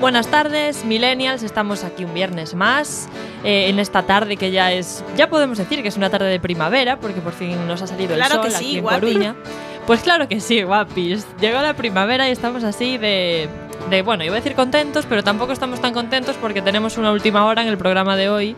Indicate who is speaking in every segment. Speaker 1: buenas tardes, millennials. Estamos aquí un viernes más, eh, en esta tarde que ya es, ya podemos decir que es una tarde de primavera, porque por fin nos ha salido
Speaker 2: Claro
Speaker 1: el sol
Speaker 2: que sí,
Speaker 1: aquí en
Speaker 2: guapi.
Speaker 1: Coruña. Pues claro que sí, guapis. Llegó la primavera y estamos así de, de, bueno, iba a decir contentos, pero tampoco estamos tan contentos porque tenemos una última hora en el programa de hoy.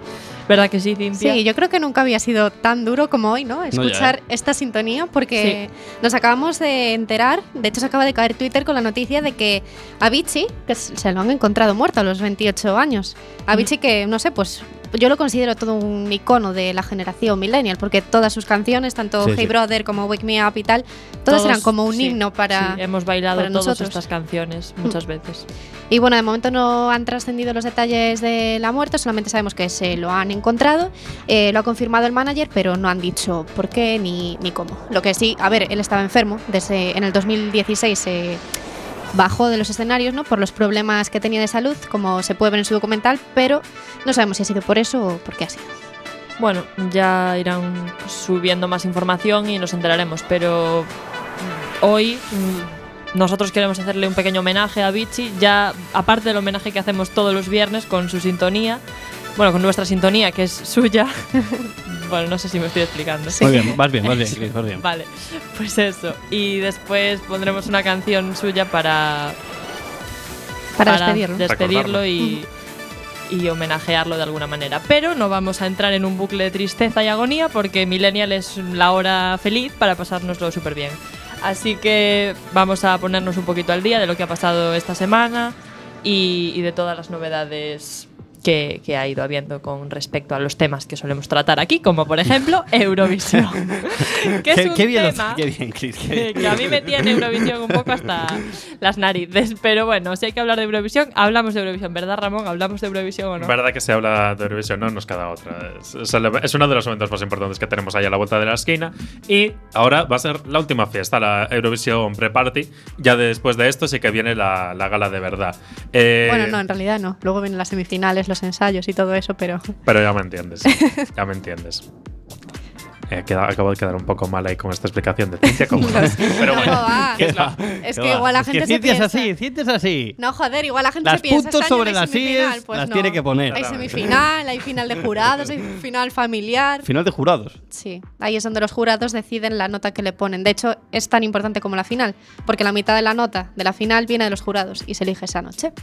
Speaker 1: ¿Verdad que sí, Cintia?
Speaker 3: Sí, yo creo que nunca había sido tan duro como hoy, ¿no?
Speaker 4: ya, ¿eh?
Speaker 3: Escuchar esta sintonía porque nos acabamos de enterar, de hecho se acaba de caer Twitter con la noticia de que Avicii, que s- se lo han encontrado muerto a los 28 años, Avicii que, no sé, pues yo lo considero todo un icono de la generación millennial porque todas sus canciones, tanto
Speaker 4: Sí,
Speaker 3: Hey
Speaker 4: sí.
Speaker 3: Brother como Wake Me Up y tal, todas
Speaker 1: Todos-
Speaker 3: eran como un
Speaker 1: sí,
Speaker 3: himno para...
Speaker 1: sí, hemos bailado
Speaker 3: para
Speaker 1: todas
Speaker 3: nosotros.
Speaker 1: estas canciones muchas veces.
Speaker 3: Y bueno, de momento no han trascendido los detalles de la muerte, solamente sabemos que se lo han encontrado, eh, lo ha confirmado el manager, pero no han dicho por qué ni, ni cómo. Lo que sí, a ver, él estaba enfermo, desde, en el 2016 se bajó de los escenarios ¿no? por los problemas que tenía de salud, como se puede ver en su documental, pero no sabemos si ha sido por eso o por qué ha sido.
Speaker 1: Bueno, ya irán subiendo más información y nos enteraremos, pero hoy mm, nosotros queremos hacerle un pequeño homenaje a Vichy, ya aparte del homenaje que hacemos todos los viernes con su sintonía, bueno, con nuestra sintonía que es suya. bueno, no sé si me estoy explicando.
Speaker 4: Muy bien, vas bien, vas bien, Chris, vas bien.
Speaker 1: Vale, pues eso. Y después pondremos una canción suya para,
Speaker 3: Para, despedirlo.
Speaker 1: despedirlo y, y homenajearlo de alguna manera. Pero no vamos a entrar en un bucle de tristeza y agonía porque Millennial es la hora feliz para pasárnoslo súper bien. Así que vamos a ponernos un poquito al día de lo que ha pasado esta semana y, y de todas las novedades que, que ha ido habiendo con respecto a los temas que solemos tratar aquí, como por ejemplo Eurovisión. que es un
Speaker 4: bien, lo-
Speaker 1: tema-
Speaker 4: qué bien, Chris. qué-
Speaker 1: que que a mí me tiene Eurovisión un poco hasta las narices. Pero bueno, si hay que hablar de Eurovisión, hablamos de Eurovisión, ¿verdad, Ramón? ¿Hablamos de Eurovisión o no?
Speaker 5: Verdad que se habla de Eurovisión, no nos queda otra. Es, es el- es uno de los eventos más importantes que tenemos ahí a la vuelta de la esquina. Y ahora va a ser la última fiesta, la Eurovisión Pre-Party. Ya después de esto sí que viene la, la gala de verdad. Eh,
Speaker 3: Bueno, no, en realidad no. Luego vienen las semifinales, los ensayos y todo eso, pero
Speaker 5: Pero ya me entiendes. ya me entiendes. He quedado- acabo de quedar un poco mal ahí con esta explicación de ciencia como no. Pero
Speaker 3: No,
Speaker 5: bueno.
Speaker 3: va.
Speaker 5: ¿qué es la-
Speaker 3: Es
Speaker 4: qué
Speaker 3: que
Speaker 4: va.
Speaker 3: igual la
Speaker 4: Es
Speaker 3: gente se
Speaker 4: Cintia es
Speaker 3: piensa.
Speaker 4: así, Cintia es así.
Speaker 3: No, joder, igual la gente
Speaker 4: Las
Speaker 3: se piensa.
Speaker 4: puntos
Speaker 3: "Este año
Speaker 4: sobre
Speaker 3: no hay
Speaker 4: las
Speaker 3: semifinal".
Speaker 4: íes
Speaker 3: Pues
Speaker 4: las
Speaker 3: no.
Speaker 4: tiene que poner.
Speaker 3: Hay
Speaker 5: Claramente.
Speaker 3: semifinal, hay final de jurados, hay final familiar.
Speaker 4: Final de jurados.
Speaker 3: Sí, ahí es donde los jurados deciden la nota que le ponen. De hecho, es tan importante como la final, porque la mitad de la nota de la final viene de los jurados y se elige esa noche.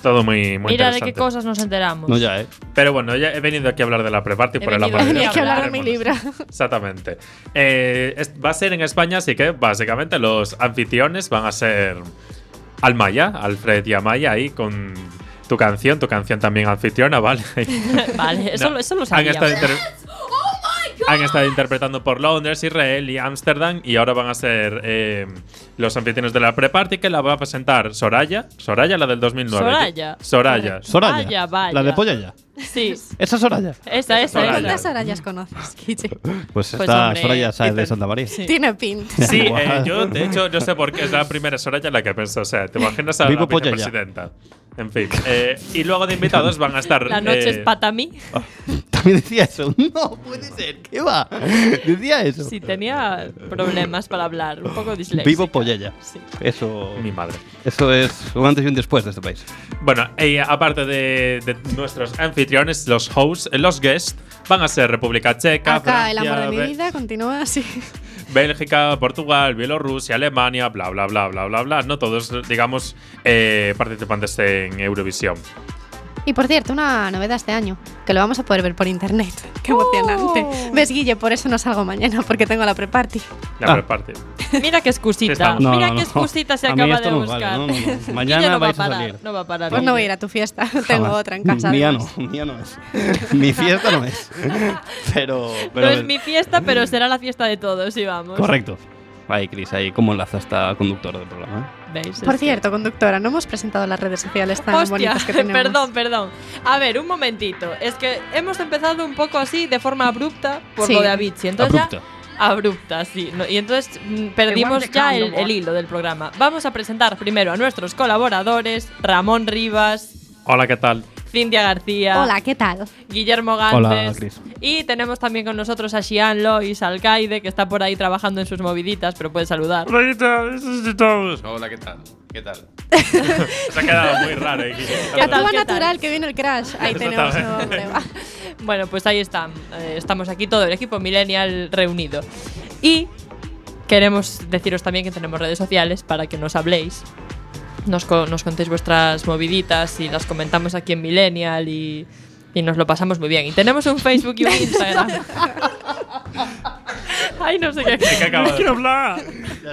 Speaker 5: Todo muy, muy
Speaker 1: Mira de
Speaker 5: interesante.
Speaker 1: qué cosas nos enteramos.
Speaker 4: No, ya, ¿eh?
Speaker 5: Pero bueno, ya he venido aquí a hablar de la pre-party
Speaker 1: He
Speaker 5: por el
Speaker 1: venido
Speaker 5: amor de
Speaker 1: aquí a
Speaker 5: Dios.
Speaker 1: Tenía que hablar
Speaker 3: de mi libro.
Speaker 5: Exactamente. Eh, es- va a ser en España, así que básicamente los anfitriones van a ser Almaya, Alfred y Amaya, ahí con tu canción, tu canción también anfitriona, ¿vale?
Speaker 1: vale, eso,
Speaker 5: No,
Speaker 1: lo- eso lo
Speaker 5: han
Speaker 1: sabía. Oh
Speaker 5: estado, inter- han estado interpretando por Londres, Israel y Ámsterdam y ahora van a ser eh, los anfitriones de la pre-party que la va a presentar Soraya, Soraya la del 2009.
Speaker 1: Soraya.
Speaker 5: Soraya.
Speaker 4: Soraya.
Speaker 1: Vaya, vaya.
Speaker 4: La de polla ya.
Speaker 1: Sí,
Speaker 4: Esa es Soraya.
Speaker 1: esa, esa,
Speaker 5: Soraya.
Speaker 1: esa.
Speaker 3: ¿Cuántas horayas conoces, Guille?
Speaker 4: Pues,
Speaker 1: Pues,
Speaker 4: está
Speaker 1: hombre,
Speaker 4: Soraya Sáez de
Speaker 5: dicen-
Speaker 4: Santa María.
Speaker 3: Tiene pinta.
Speaker 5: Sí,
Speaker 4: Guau.
Speaker 5: eh, yo de hecho no sé por qué es la primera Soraya la que pensé. O sea, te imaginas a
Speaker 4: Vivo
Speaker 5: la
Speaker 4: polla ya.
Speaker 5: vicepresidenta. En fin. eh, y luego de invitados van a estar.
Speaker 1: La noche
Speaker 5: eh,
Speaker 1: es para mí.
Speaker 4: También decía eso. No puede ser. ¿Qué va? Decía eso.
Speaker 1: Sí, tenía problemas para hablar, un poco disléxico.
Speaker 4: Vivo polla ya.
Speaker 1: Sí.
Speaker 4: Eso,
Speaker 5: Mi madre.
Speaker 4: eso es un antes y un después de este país.
Speaker 5: Bueno, y aparte de, de nuestros anfitriones, los hosts, eh, los guests, van a ser República Checa,
Speaker 3: Acá el
Speaker 5: Francia,
Speaker 3: amor de mi
Speaker 5: Be-
Speaker 3: vida continúa así.
Speaker 5: Bélgica, Portugal, Bielorrusia, Alemania, bla, bla, bla, bla, bla, bla. No todos, digamos, eh, participantes en Eurovisión.
Speaker 3: Y por cierto, una novedad este año, que lo vamos a poder ver por internet. Qué emocionante.
Speaker 1: Oh.
Speaker 3: ¿Ves, Guille? Por eso no salgo mañana, porque tengo la pre-party.
Speaker 5: La
Speaker 4: Ah.
Speaker 5: parte.
Speaker 1: Mira qué excusita.
Speaker 5: Estamos-
Speaker 1: Mira qué excusita se
Speaker 4: A mí
Speaker 1: acaba
Speaker 4: esto
Speaker 1: de
Speaker 4: no
Speaker 1: buscar.
Speaker 4: vale, no, no, no.
Speaker 1: Guille
Speaker 4: Mañana
Speaker 1: no va a
Speaker 4: vais a
Speaker 1: parar,
Speaker 4: salir.
Speaker 1: no va a parar.
Speaker 3: Pues no voy a
Speaker 1: Guille.
Speaker 3: ir a tu fiesta, tengo
Speaker 4: Jamás.
Speaker 3: otra en casa.
Speaker 4: Mía
Speaker 3: además.
Speaker 4: no, mía no es. Mi fiesta no es. Pero. pero
Speaker 1: no es mi fiesta, pero será la fiesta de todos, y vamos.
Speaker 4: Correcto. Ahí, Cris, ahí cómo enlaza esta conductora del programa.
Speaker 1: ¿Veis?
Speaker 3: Por
Speaker 1: Es que-
Speaker 3: cierto, conductora, no hemos presentado las redes sociales tan
Speaker 1: Hostia,
Speaker 3: bonitas que tenemos.
Speaker 1: perdón, perdón. A ver, un momentito. Es que hemos empezado un poco así, de forma abrupta, por
Speaker 3: Sí.
Speaker 1: lo de Avicii. Entonces ya-
Speaker 4: Abrupta.
Speaker 1: abrupta, sí. No, y entonces mm, perdimos ya el, el hilo del programa. Vamos a presentar primero a nuestros colaboradores, Ramón Rivas,
Speaker 5: Hola, ¿qué tal?
Speaker 1: Cintia García,
Speaker 3: Hola, ¿qué tal?
Speaker 1: Guillermo
Speaker 4: Hola,
Speaker 1: Gantes.
Speaker 4: Cris.
Speaker 1: y tenemos también con nosotros a Xian Lois Alcaide, que está por ahí trabajando en sus moviditas, pero puede saludar.
Speaker 5: Hola, ¿qué tal?
Speaker 6: Hola, ¿qué tal? ¿Qué
Speaker 4: ¿qué tal?
Speaker 5: Se ha quedado muy raro. eh, Guille.
Speaker 1: ¿Qué
Speaker 3: A
Speaker 1: tal?
Speaker 3: toma natural que viene el crash. Ahí tenemos
Speaker 5: Totalmente.
Speaker 3: nueva prueba.
Speaker 1: Bueno, pues ahí están. Eh, estamos aquí todo el equipo Millennial reunido. Y queremos deciros también que tenemos redes sociales para que nos habléis. Nos, co- nos contéis vuestras moviditas y las comentamos aquí en Millennial y, y nos lo pasamos muy bien. Y tenemos un Facebook y un Instagram. Ay, no sé qué,
Speaker 5: ¿De qué acaba?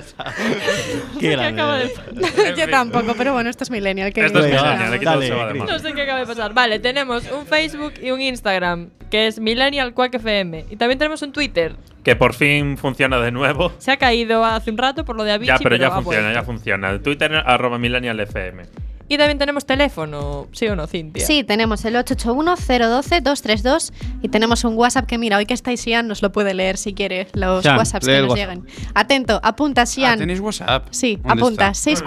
Speaker 1: no sé qué
Speaker 4: Qué
Speaker 1: acaba de
Speaker 4: grande.
Speaker 5: En
Speaker 3: Yo
Speaker 5: fin.
Speaker 3: tampoco, pero bueno, esto es millennial. que-
Speaker 5: Esto es
Speaker 4: Venga,
Speaker 5: millennial, aquí todo
Speaker 4: dale,
Speaker 5: se va de
Speaker 4: Cris.
Speaker 5: madre.
Speaker 1: No sé qué acaba de pasar. Vale, tenemos un Facebook y un Instagram, que es Millennial Quack FM. Y también tenemos un Twitter.
Speaker 5: Que por fin funciona de nuevo.
Speaker 1: Se ha caído hace un rato por lo de Avicii,
Speaker 5: Ya, pero ya
Speaker 1: ha
Speaker 5: funciona, ya
Speaker 1: vuelto.
Speaker 5: funciona. Twitter, arroba millennialfm.
Speaker 1: Y también tenemos teléfono, ¿sí o no, Cintia?
Speaker 3: Sí, tenemos el 881-012-232 y tenemos un WhatsApp que mira, hoy que estáis Sian nos lo puede leer si quiere, los
Speaker 4: Sian,
Speaker 3: WhatsApps
Speaker 2: lee
Speaker 3: que
Speaker 2: el
Speaker 3: nos
Speaker 2: WhatsApp.
Speaker 3: llegan. Atento, apunta
Speaker 2: Ah,
Speaker 3: Sian.
Speaker 2: ¿Tenéis WhatsApp?
Speaker 3: Sí,
Speaker 2: ¿Dónde está?
Speaker 3: apunta
Speaker 2: Ah, sí,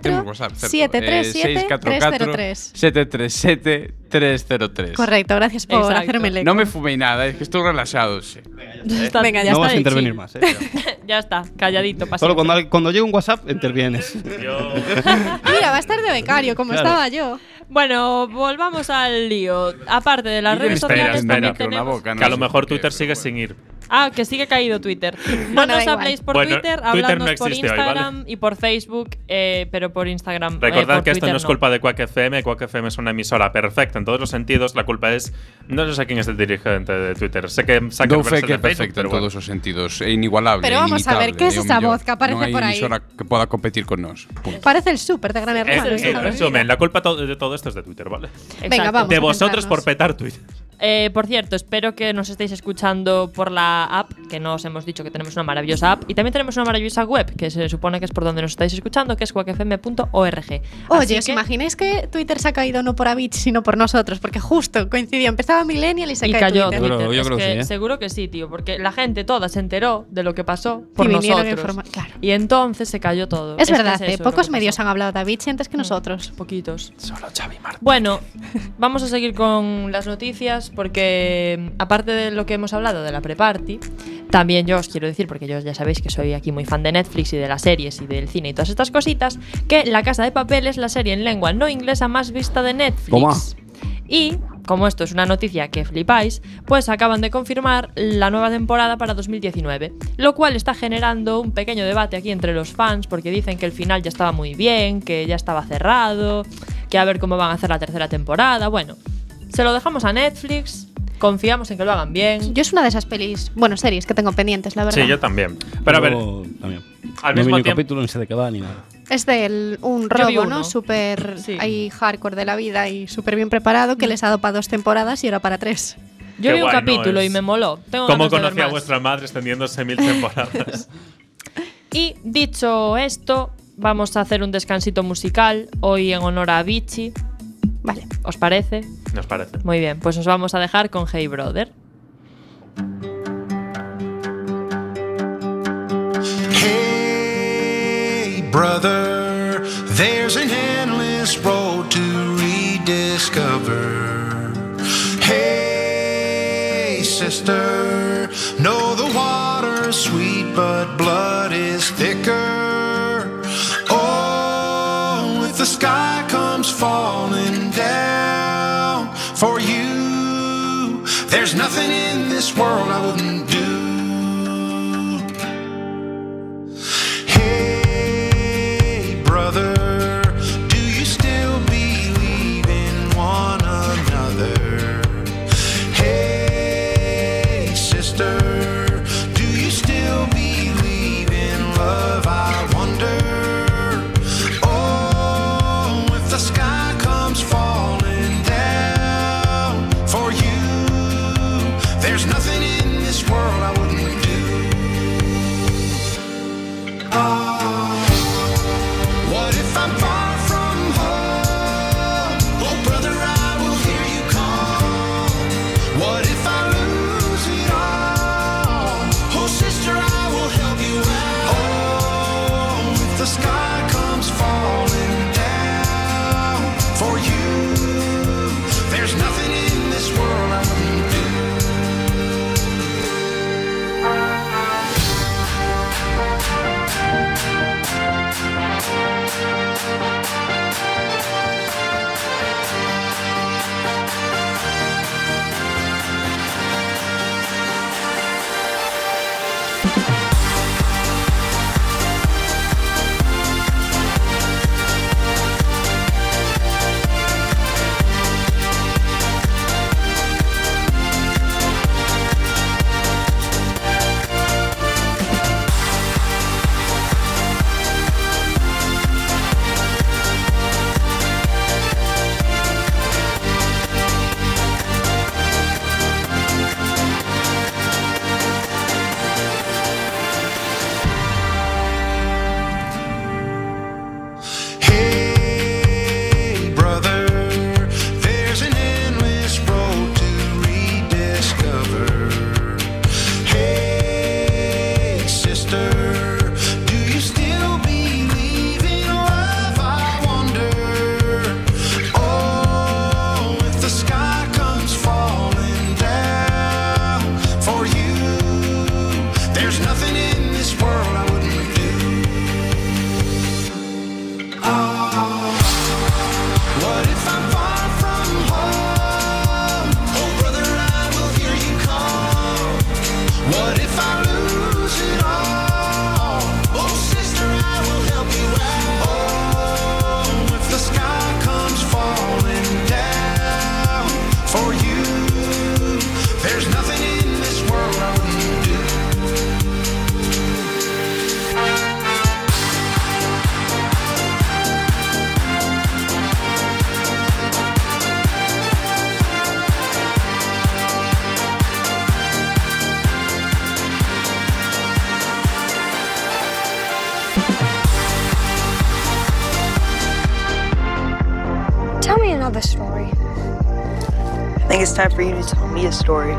Speaker 2: tengo WhatsApp, cierto.
Speaker 3: 644-737-303.
Speaker 2: Eh, 644-737-303.
Speaker 3: Correcto, gracias por
Speaker 1: Exacto.
Speaker 3: hacerme el eco.
Speaker 2: No me fumé nada, es que estoy relajado. sí.
Speaker 1: Está-
Speaker 3: Venga, ya
Speaker 4: no
Speaker 3: está
Speaker 4: vas a
Speaker 3: de
Speaker 4: intervenir
Speaker 3: chill.
Speaker 4: más, ¿eh?
Speaker 1: ya está, calladito.
Speaker 4: Solo
Speaker 1: paciencia.
Speaker 4: cuando, al- cuando llega un WhatsApp intervienes.
Speaker 3: Mira, va a estar de becario, como
Speaker 4: Claro.
Speaker 3: estaba yo.
Speaker 1: Bueno, volvamos al lío. Aparte de las
Speaker 2: Guille,
Speaker 1: redes
Speaker 5: espera,
Speaker 1: sociales
Speaker 5: espera,
Speaker 1: también
Speaker 2: con la
Speaker 1: tenemos-
Speaker 2: boca.
Speaker 5: que a lo
Speaker 2: sé
Speaker 5: mejor
Speaker 2: por qué,
Speaker 5: Twitter
Speaker 2: pero
Speaker 5: sigue
Speaker 2: bueno.
Speaker 5: sin ir.
Speaker 1: Ah, que sigue caído Twitter. No
Speaker 3: Bueno, da
Speaker 1: nos
Speaker 3: igual.
Speaker 1: habléis por
Speaker 5: Bueno,
Speaker 1: Twitter,
Speaker 5: Twitter
Speaker 1: habladnos
Speaker 5: no
Speaker 1: por
Speaker 5: existe hoy, ¿vale?
Speaker 1: Instagram y por Facebook, eh, pero por Instagram. eh,
Speaker 5: Recordad
Speaker 1: por
Speaker 5: que esto
Speaker 1: Twitter
Speaker 5: no es culpa de Quack FM. Quack FM es una emisora perfecta en todos los sentidos. La culpa es. No sé quién es el dirigente de Twitter. Sé que saca
Speaker 2: Go
Speaker 5: el
Speaker 2: Fake
Speaker 5: de Facebook,
Speaker 2: es perfecto
Speaker 5: pero
Speaker 2: en
Speaker 5: bueno.
Speaker 2: todos sus sentidos, e inigualable.
Speaker 3: Pero vamos a ver,
Speaker 2: inimitable,
Speaker 3: ¿qué es
Speaker 2: Dios
Speaker 3: esa
Speaker 2: mío.
Speaker 3: voz que aparece
Speaker 2: no hay
Speaker 3: por ahí?
Speaker 2: emisora que pueda competir con nos. Punto.
Speaker 3: Parece el súper de Gran
Speaker 5: Eh,
Speaker 3: Hermano.
Speaker 5: eh,
Speaker 3: esto.
Speaker 5: en resumen, la culpa to- de todo esto es de Twitter, ¿vale?
Speaker 1: Exacto.
Speaker 3: Venga, vamos.
Speaker 5: de
Speaker 3: a
Speaker 5: vosotros
Speaker 3: centrarnos.
Speaker 5: por petar Twitter.
Speaker 1: Eh, por cierto, espero que nos estéis escuchando por la app, que no os hemos dicho que tenemos una maravillosa app. Y también tenemos una maravillosa web, que se supone que es por donde nos estáis escuchando, que es quackfm.org. Así
Speaker 3: Oye, ¿os
Speaker 1: que-
Speaker 3: imagináis que Twitter se ha caído no por Avicii, sino por nosotros? Porque justo coincidió, empezaba Millennial y se
Speaker 1: y
Speaker 3: cae
Speaker 1: cayó
Speaker 3: Twitter.
Speaker 1: Twitter.
Speaker 2: Yo creo- yo
Speaker 1: Es
Speaker 2: creo que
Speaker 1: que
Speaker 2: sí, ¿eh?
Speaker 1: Seguro que sí, tío, porque la gente toda se enteró de lo que pasó por
Speaker 3: Y vinieron a
Speaker 1: nosotros.
Speaker 3: informar, claro.
Speaker 1: Y entonces se cayó todo.
Speaker 3: Es
Speaker 1: que
Speaker 3: verdad,
Speaker 1: eso
Speaker 3: eh,
Speaker 1: lo
Speaker 3: pocos
Speaker 1: que
Speaker 3: medios
Speaker 1: pasó.
Speaker 3: han hablado de Avicii antes que nosotros.
Speaker 1: Poquitos.
Speaker 2: Solo Xavi Martín.
Speaker 1: Bueno, vamos a seguir con las noticias porque mm, aparte de lo que hemos hablado de la pre-party, también yo os quiero decir, porque yo ya sabéis que soy aquí muy fan de Netflix y de las series y del cine y todas estas cositas, que La Casa de Papel es la serie en lengua no inglesa más vista de Netflix.
Speaker 2: Toma.
Speaker 1: Y, como esto es una noticia que flipáis, pues acaban de confirmar la nueva temporada para 2019, lo cual está generando un pequeño debate aquí entre los fans porque dicen que el final ya estaba muy bien, que ya estaba cerrado, que a ver cómo van a hacer la tercera temporada. Bueno, se lo dejamos a Netflix, confiamos en que lo hagan bien.
Speaker 3: Yo es una de esas pelis, bueno, series que tengo pendientes, la verdad.
Speaker 5: Sí, yo también. Pero a ver,
Speaker 4: También.
Speaker 5: al mismo
Speaker 4: no vi ni un
Speaker 5: tiempo-
Speaker 4: capítulo ni sé de qué va ni nada.
Speaker 3: Es del un
Speaker 1: Yo vi
Speaker 3: robo,
Speaker 1: uno.
Speaker 3: ¿no? Súper
Speaker 1: Sí. Mm.
Speaker 3: ahí hardcore de la vida y súper bien preparado que les ha dado para dos temporadas y ahora para tres.
Speaker 1: Yo
Speaker 5: Qué
Speaker 1: vi un
Speaker 5: guay, ¿no?
Speaker 1: capítulo y
Speaker 5: Es-
Speaker 1: me moló. Tengo
Speaker 5: ¿cómo
Speaker 1: ganas de ver
Speaker 5: conocí a
Speaker 1: más.
Speaker 5: vuestra madre extendiéndose mil temporadas?
Speaker 1: Y dicho esto, vamos a hacer un descansito musical hoy en honor a Vichy.
Speaker 3: Vale.
Speaker 1: ¿Os parece?
Speaker 5: Nos parece.
Speaker 1: Muy bien, pues nos vamos a dejar con Hey Brother.
Speaker 6: Hey, brother, there's an endless road to rediscover. Hey, sister, know the water's sweet, but blood is thicker. Oh, if the sky comes falling down for you, there's nothing in this world I wouldn't do. Hey, brother, do you still believe in one another? Hey, sister, do you still believe in love? I wonder. Oh, if the sky comes falling down for you, there's nothing in this world Oh, Oh,
Speaker 7: Tell me another story.
Speaker 8: I think it's time for you to tell me a story.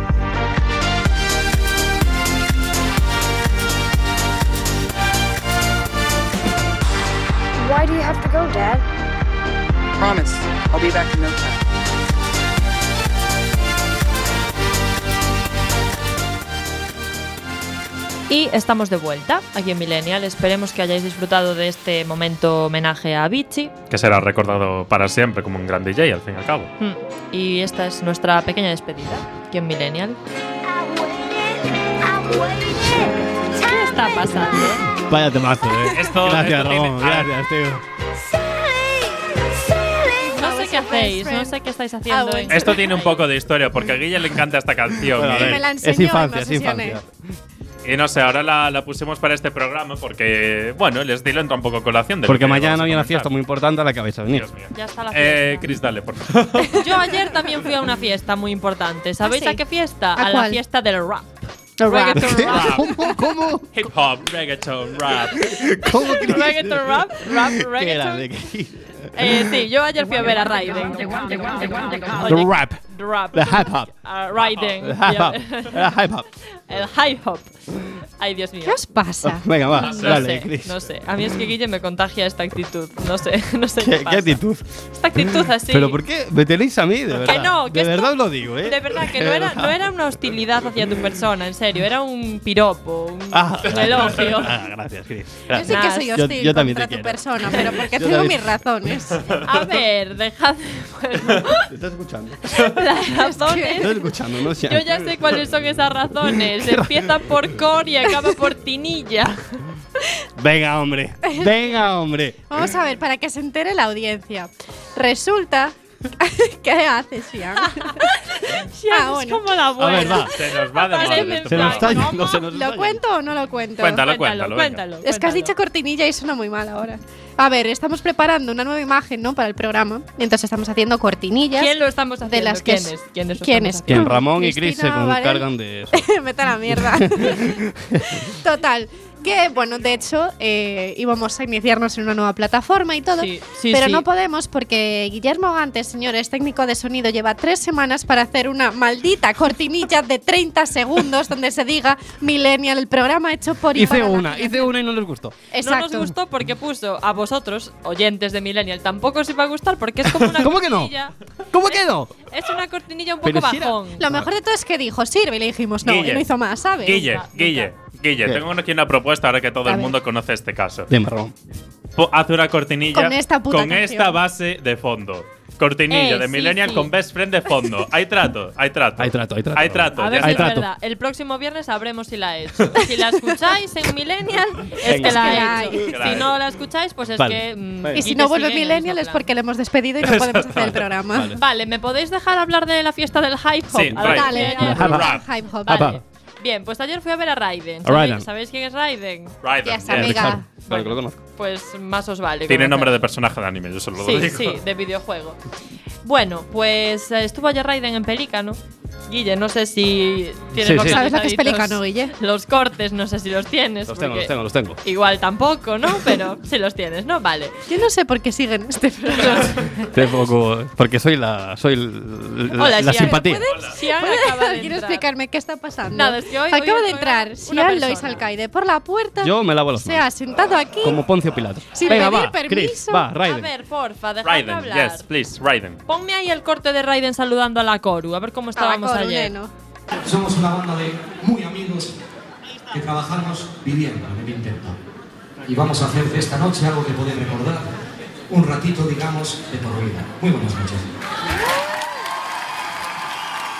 Speaker 7: Why do you have to go, Dad?
Speaker 8: Promise, I'll be back in no time.
Speaker 1: Y estamos de vuelta aquí en Millennial. Esperemos que hayáis disfrutado de este momento homenaje a Vichy.
Speaker 5: Que será recordado para siempre como un gran DJ, al fin y al cabo.
Speaker 1: Mm. Y esta es nuestra pequeña despedida aquí en Millennial. ¿Qué está pasando?
Speaker 4: Vaya temazo, eh.
Speaker 5: Esto-
Speaker 4: gracias,
Speaker 5: esto
Speaker 4: Ramón.
Speaker 5: tiene- a ver.
Speaker 4: Gracias, tío.
Speaker 1: No sé qué hacéis, no sé qué estáis haciendo.
Speaker 3: Ah, bueno.
Speaker 5: Esto tiene un poco de historia, porque a Guille le encanta esta canción.
Speaker 4: Bueno, a
Speaker 5: y-
Speaker 4: ver,
Speaker 3: Me la
Speaker 4: es
Speaker 3: enseñó
Speaker 4: infancia,
Speaker 3: en
Speaker 4: es
Speaker 3: las sesiones.
Speaker 4: infancia.
Speaker 5: Y no sé, ahora la, la pusimos para este programa porque, bueno, el estilo entra un poco a colación. de lo
Speaker 4: Porque
Speaker 5: que
Speaker 4: mañana
Speaker 5: vamos a
Speaker 4: hay una
Speaker 5: comentar.
Speaker 4: fiesta muy importante a la que vais a venir.
Speaker 5: Dios mío.
Speaker 1: Ya está la
Speaker 5: Eh,
Speaker 1: fiesta.
Speaker 5: Chris, dale, por favor.
Speaker 1: Yo ayer también fui a una fiesta muy importante. ¿Sabéis
Speaker 3: ¿Ah, sí?
Speaker 1: a qué fiesta?
Speaker 3: ¿A
Speaker 1: la
Speaker 3: cuál?
Speaker 1: fiesta del rap.
Speaker 3: El rap.
Speaker 1: Reggaeton rap.
Speaker 4: ¿Qué?
Speaker 5: Ah.
Speaker 4: ¿Cómo? ¿Cómo?
Speaker 5: Hip hop, reggaeton, rap.
Speaker 4: ¿Cómo que
Speaker 1: Reggaeton rap, rap,
Speaker 4: ¿Qué
Speaker 1: reggaeton.
Speaker 4: era? ¿De qué?
Speaker 1: Eh, sí, yo ayer fui a ver a Raiden.
Speaker 4: The
Speaker 1: Oye,
Speaker 4: rap.
Speaker 1: Rap.
Speaker 4: The hip hop.
Speaker 1: A Raiden.
Speaker 4: The hip hop. Era hip hop.
Speaker 1: El hip hop. Ay, Dios mío.
Speaker 3: ¿Qué os pasa?
Speaker 4: Venga, va.
Speaker 1: No
Speaker 4: Dale,
Speaker 1: sé,
Speaker 4: Chris.
Speaker 1: no sé. A mí es que Guille me contagia esta actitud. No sé, no sé qué,
Speaker 4: ¿Qué, qué
Speaker 1: pasa.
Speaker 4: actitud?
Speaker 1: Esta actitud así.
Speaker 4: ¿Pero por qué me tenéis a mí? De verdad.
Speaker 1: Que no, que
Speaker 4: de
Speaker 1: esto-
Speaker 4: verdad os lo digo, ¿eh?
Speaker 1: De verdad, que no era, no era una hostilidad hacia tu persona, en serio. Era un piropo, un,
Speaker 4: Ah,
Speaker 1: un elogio.
Speaker 4: Ah, gracias,
Speaker 3: Yo
Speaker 4: Chris.
Speaker 3: sí
Speaker 4: Gracias.
Speaker 3: que soy
Speaker 4: Yo-
Speaker 3: hostil
Speaker 4: yo también
Speaker 3: contra
Speaker 4: te
Speaker 3: tu
Speaker 4: quiero.
Speaker 3: persona, pero porque
Speaker 4: Yo
Speaker 3: tengo
Speaker 4: también.
Speaker 3: mis razones.
Speaker 1: A ver, dejad. Bueno,
Speaker 4: ¿Te estás escuchando? ¿Te
Speaker 1: las razones.
Speaker 4: estás escuchando? No sé.
Speaker 1: Yo ya sé cuáles son esas razones. Empieza por core y acaba por tinilla.
Speaker 4: Venga, hombre. Venga, hombre.
Speaker 3: Vamos a ver, para que se entere la audiencia. Resulta. ¿Qué haces, Ian?
Speaker 1: Ya, es
Speaker 3: Ah, bueno.
Speaker 1: como la
Speaker 4: A
Speaker 1: buena.
Speaker 4: ver, va.
Speaker 5: Se nos va de
Speaker 1: Aparece
Speaker 5: madre esto,
Speaker 4: Se
Speaker 1: en
Speaker 5: por
Speaker 4: nos está
Speaker 5: favor.
Speaker 4: yendo,
Speaker 1: ¿Cómo?
Speaker 4: se nos está
Speaker 3: ¿Lo cuento o no lo cuento?
Speaker 5: Cuéntalo,
Speaker 1: Cuéntalo,
Speaker 5: cuéntalo. venga.
Speaker 1: cuéntalo.
Speaker 3: Es que has dicho
Speaker 1: cuéntalo.
Speaker 3: cortinilla y suena muy mal ahora. A ver, estamos preparando una nueva imagen, ¿no? Para el programa. Y entonces estamos haciendo cortinillas.
Speaker 1: ¿Quién lo estamos haciendo?
Speaker 3: de las que
Speaker 1: ¿Quién
Speaker 3: es-
Speaker 1: es? ¿Quién es?
Speaker 3: ¿Quién es?
Speaker 4: Que en Ramón y Chris se
Speaker 3: Cristina Varela.
Speaker 4: encargan de eso.
Speaker 3: Vete a la mierda. Total. Que bueno, de hecho, eh, íbamos a iniciarnos en una nueva plataforma y todo.
Speaker 1: Sí, sí,
Speaker 3: pero
Speaker 1: sí.
Speaker 3: no podemos porque Guillermo Gantes, señores, técnico de sonido, lleva tres semanas para hacer una maldita cortinilla de 30 segundos donde se diga Millennial, el programa hecho por y
Speaker 4: Hice
Speaker 3: para la
Speaker 4: una,
Speaker 3: gente.
Speaker 4: hice una y no les gustó.
Speaker 3: Exacto.
Speaker 1: No nos gustó porque puso a vosotros, oyentes de Millennial, tampoco os iba a gustar porque es como una
Speaker 4: ¿Cómo que no?
Speaker 1: cortinilla.
Speaker 4: ¿Cómo quedó?
Speaker 1: Es una cortinilla un
Speaker 4: Pero
Speaker 1: poco
Speaker 4: si era-
Speaker 1: bajón.
Speaker 3: Lo mejor de todo es que dijo sirve y le dijimos no,
Speaker 5: Guille,
Speaker 3: y no hizo más, ¿sabes?
Speaker 5: Guille,
Speaker 1: Venga,
Speaker 5: Guille, Guille,
Speaker 4: ¿Qué?
Speaker 5: tengo aquí una propuesta ahora que todo
Speaker 3: A
Speaker 5: el
Speaker 3: ver.
Speaker 5: mundo conoce este caso.
Speaker 4: De marrón.
Speaker 5: Po- Haz una cortinilla
Speaker 3: Con esta puta
Speaker 5: con
Speaker 3: canción.
Speaker 5: esta base de fondo. Cortinilla
Speaker 1: Eh,
Speaker 5: de
Speaker 1: sí,
Speaker 5: Millennial
Speaker 1: sí.
Speaker 5: con Best Friend de fondo. Hay trato, hay trato.
Speaker 4: Hay trato, hay trato.
Speaker 5: Hay trato.
Speaker 1: A
Speaker 5: ya
Speaker 1: ver si
Speaker 4: Hay
Speaker 1: es
Speaker 5: está.
Speaker 4: trato.
Speaker 1: verdad. El próximo viernes sabremos si la he hecho. Si la escucháis en Millennial, es
Speaker 4: Venga.
Speaker 1: que
Speaker 3: Es
Speaker 1: la
Speaker 3: que la
Speaker 1: he
Speaker 3: hay.
Speaker 1: hecho.
Speaker 5: Claro.
Speaker 1: Si no la escucháis, pues es
Speaker 4: Vale.
Speaker 1: que. mm,
Speaker 4: Vale.
Speaker 3: Y si
Speaker 1: Guille
Speaker 3: no vuelve
Speaker 1: sigue en el
Speaker 3: Millennial
Speaker 1: mismo
Speaker 3: es
Speaker 1: plan.
Speaker 3: porque le hemos despedido y no podemos hacer el programa.
Speaker 4: Vale.
Speaker 1: Vale, ¿me podéis dejar hablar de la fiesta del hip hop?
Speaker 5: Sí,
Speaker 1: A ver,
Speaker 5: Dale,
Speaker 1: que-
Speaker 5: dale. Rap.
Speaker 3: Hip hop.
Speaker 1: Vale.
Speaker 4: Apa.
Speaker 1: Bien, pues ayer fui a ver a Raiden.
Speaker 4: A
Speaker 1: ¿Sabéis,
Speaker 4: Raiden.
Speaker 1: ¿sabéis quién es Raiden?
Speaker 5: Raiden,
Speaker 3: Yes,
Speaker 5: yes.
Speaker 3: amiga.
Speaker 4: Claro que lo conozco.
Speaker 1: Pues más os vale.
Speaker 5: Tiene
Speaker 1: conocer.
Speaker 5: nombre de personaje de anime, yo solo lo
Speaker 1: Sí,
Speaker 5: digo.
Speaker 1: sí, de videojuego. Bueno, pues eh, estuvo ayer Raiden en Pelícano. Guille, no sé si tienes
Speaker 4: Sí,
Speaker 1: los
Speaker 4: sí.
Speaker 3: ¿Sabes lo que
Speaker 1: cortaditos,
Speaker 3: es Pelícano, Guille?
Speaker 1: Los cortes, no sé si los tienes.
Speaker 4: Los tengo,
Speaker 1: porque
Speaker 4: los tengo, los tengo.
Speaker 1: Igual tampoco, ¿no? Pero si los tienes, ¿no? Vale.
Speaker 3: Yo no sé por qué siguen este programa.
Speaker 4: Tengo porque soy la soy l- la,
Speaker 1: Hola,
Speaker 4: la
Speaker 1: Sian.
Speaker 4: simpatía.
Speaker 1: Sian acaba de
Speaker 3: ¿Quiero
Speaker 1: entrar.
Speaker 3: explicarme qué está pasando?
Speaker 1: Nada, es que hoy-
Speaker 3: Acaba
Speaker 1: hoy-
Speaker 3: de
Speaker 1: hoy
Speaker 3: entrar
Speaker 1: una
Speaker 3: Sian Lois
Speaker 1: persona.
Speaker 3: Alcaide por la puerta.
Speaker 4: Yo me lavo las
Speaker 3: Se ha
Speaker 4: manos.
Speaker 3: sentado aquí.
Speaker 4: Como Poncio Pilato.
Speaker 3: Sin
Speaker 4: Venga,
Speaker 3: pedir
Speaker 4: va, Chris,
Speaker 3: permiso.
Speaker 4: va,
Speaker 1: A
Speaker 4: Raiden.
Speaker 1: ver, porfa, dejadme
Speaker 5: Raiden,
Speaker 1: hablar.
Speaker 5: yes, please, Raiden.
Speaker 1: Ponme ahí el corte de Raiden saludando a la Coru, a ver cómo estábamos
Speaker 3: Tabaco,
Speaker 1: ayer.
Speaker 3: neno.
Speaker 9: Somos una banda de muy amigos que trabajamos viviendo en el intento. Y vamos a hacer de esta noche algo que podéis recordar, un ratito, digamos, de por vida. Muy buenas noches.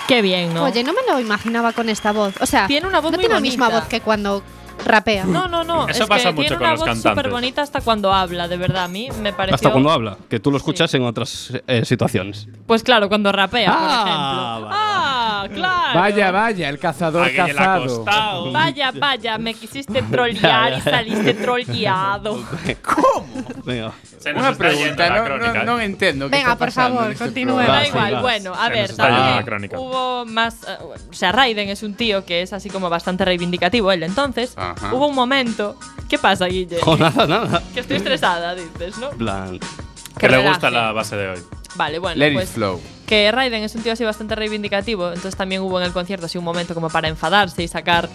Speaker 1: Qué bien, ¿no?
Speaker 3: Oye, no me lo imaginaba con esta voz. O sea,
Speaker 1: Tiene una voz
Speaker 3: no
Speaker 1: muy
Speaker 3: tiene la misma
Speaker 1: bonita.
Speaker 3: voz que cuando rapea.
Speaker 1: no, no, no.
Speaker 5: Eso
Speaker 1: es
Speaker 5: pasa
Speaker 1: que
Speaker 5: mucho
Speaker 1: tiene
Speaker 5: con
Speaker 1: una
Speaker 5: los
Speaker 1: voz
Speaker 5: cantantes.
Speaker 1: súper bonita hasta cuando habla, de verdad. A mí me pareció.
Speaker 4: Hasta cuando habla, que tú lo escuchas en otras eh, situaciones.
Speaker 1: Pues claro, cuando rapea,
Speaker 4: Ah,
Speaker 1: por ejemplo.
Speaker 4: vale.
Speaker 1: Ah, claro.
Speaker 10: Vaya, vaya, el
Speaker 5: A
Speaker 10: cazador
Speaker 5: Guille le ha
Speaker 10: cazado.
Speaker 5: costado.
Speaker 1: Vaya, vaya, me quisiste trollear y saliste trolleado.
Speaker 4: Venga.
Speaker 5: Se nos
Speaker 2: Una
Speaker 5: está yendo
Speaker 2: pregunta,
Speaker 5: la
Speaker 2: no, no-
Speaker 5: crónica.
Speaker 2: no entiendo. qué
Speaker 3: Venga,
Speaker 2: está
Speaker 3: por
Speaker 2: pasando
Speaker 3: favor,
Speaker 2: en este
Speaker 3: continúe.
Speaker 2: programa.
Speaker 1: Da
Speaker 4: sí,
Speaker 1: igual,
Speaker 4: va.
Speaker 1: bueno, a
Speaker 5: Se
Speaker 1: ver,
Speaker 5: nos está
Speaker 4: yendo la
Speaker 1: también
Speaker 5: crónica.
Speaker 1: hubo más. eh, o sea, Raiden es un tío que es así como bastante reivindicativo él. Entonces,
Speaker 2: Ajá.
Speaker 1: hubo un momento. ¿Qué pasa, Guille?
Speaker 4: Con Oh, nada, nada.
Speaker 1: Que estoy estresada, dices, ¿no?
Speaker 4: En plan,
Speaker 5: que le
Speaker 1: relaje.
Speaker 5: gusta la base de hoy.
Speaker 1: Vale, bueno,
Speaker 2: Let it
Speaker 1: pues
Speaker 2: flow.
Speaker 1: que Raiden es un tío así bastante reivindicativo, entonces también hubo en el concierto así un momento como para enfadarse y sacar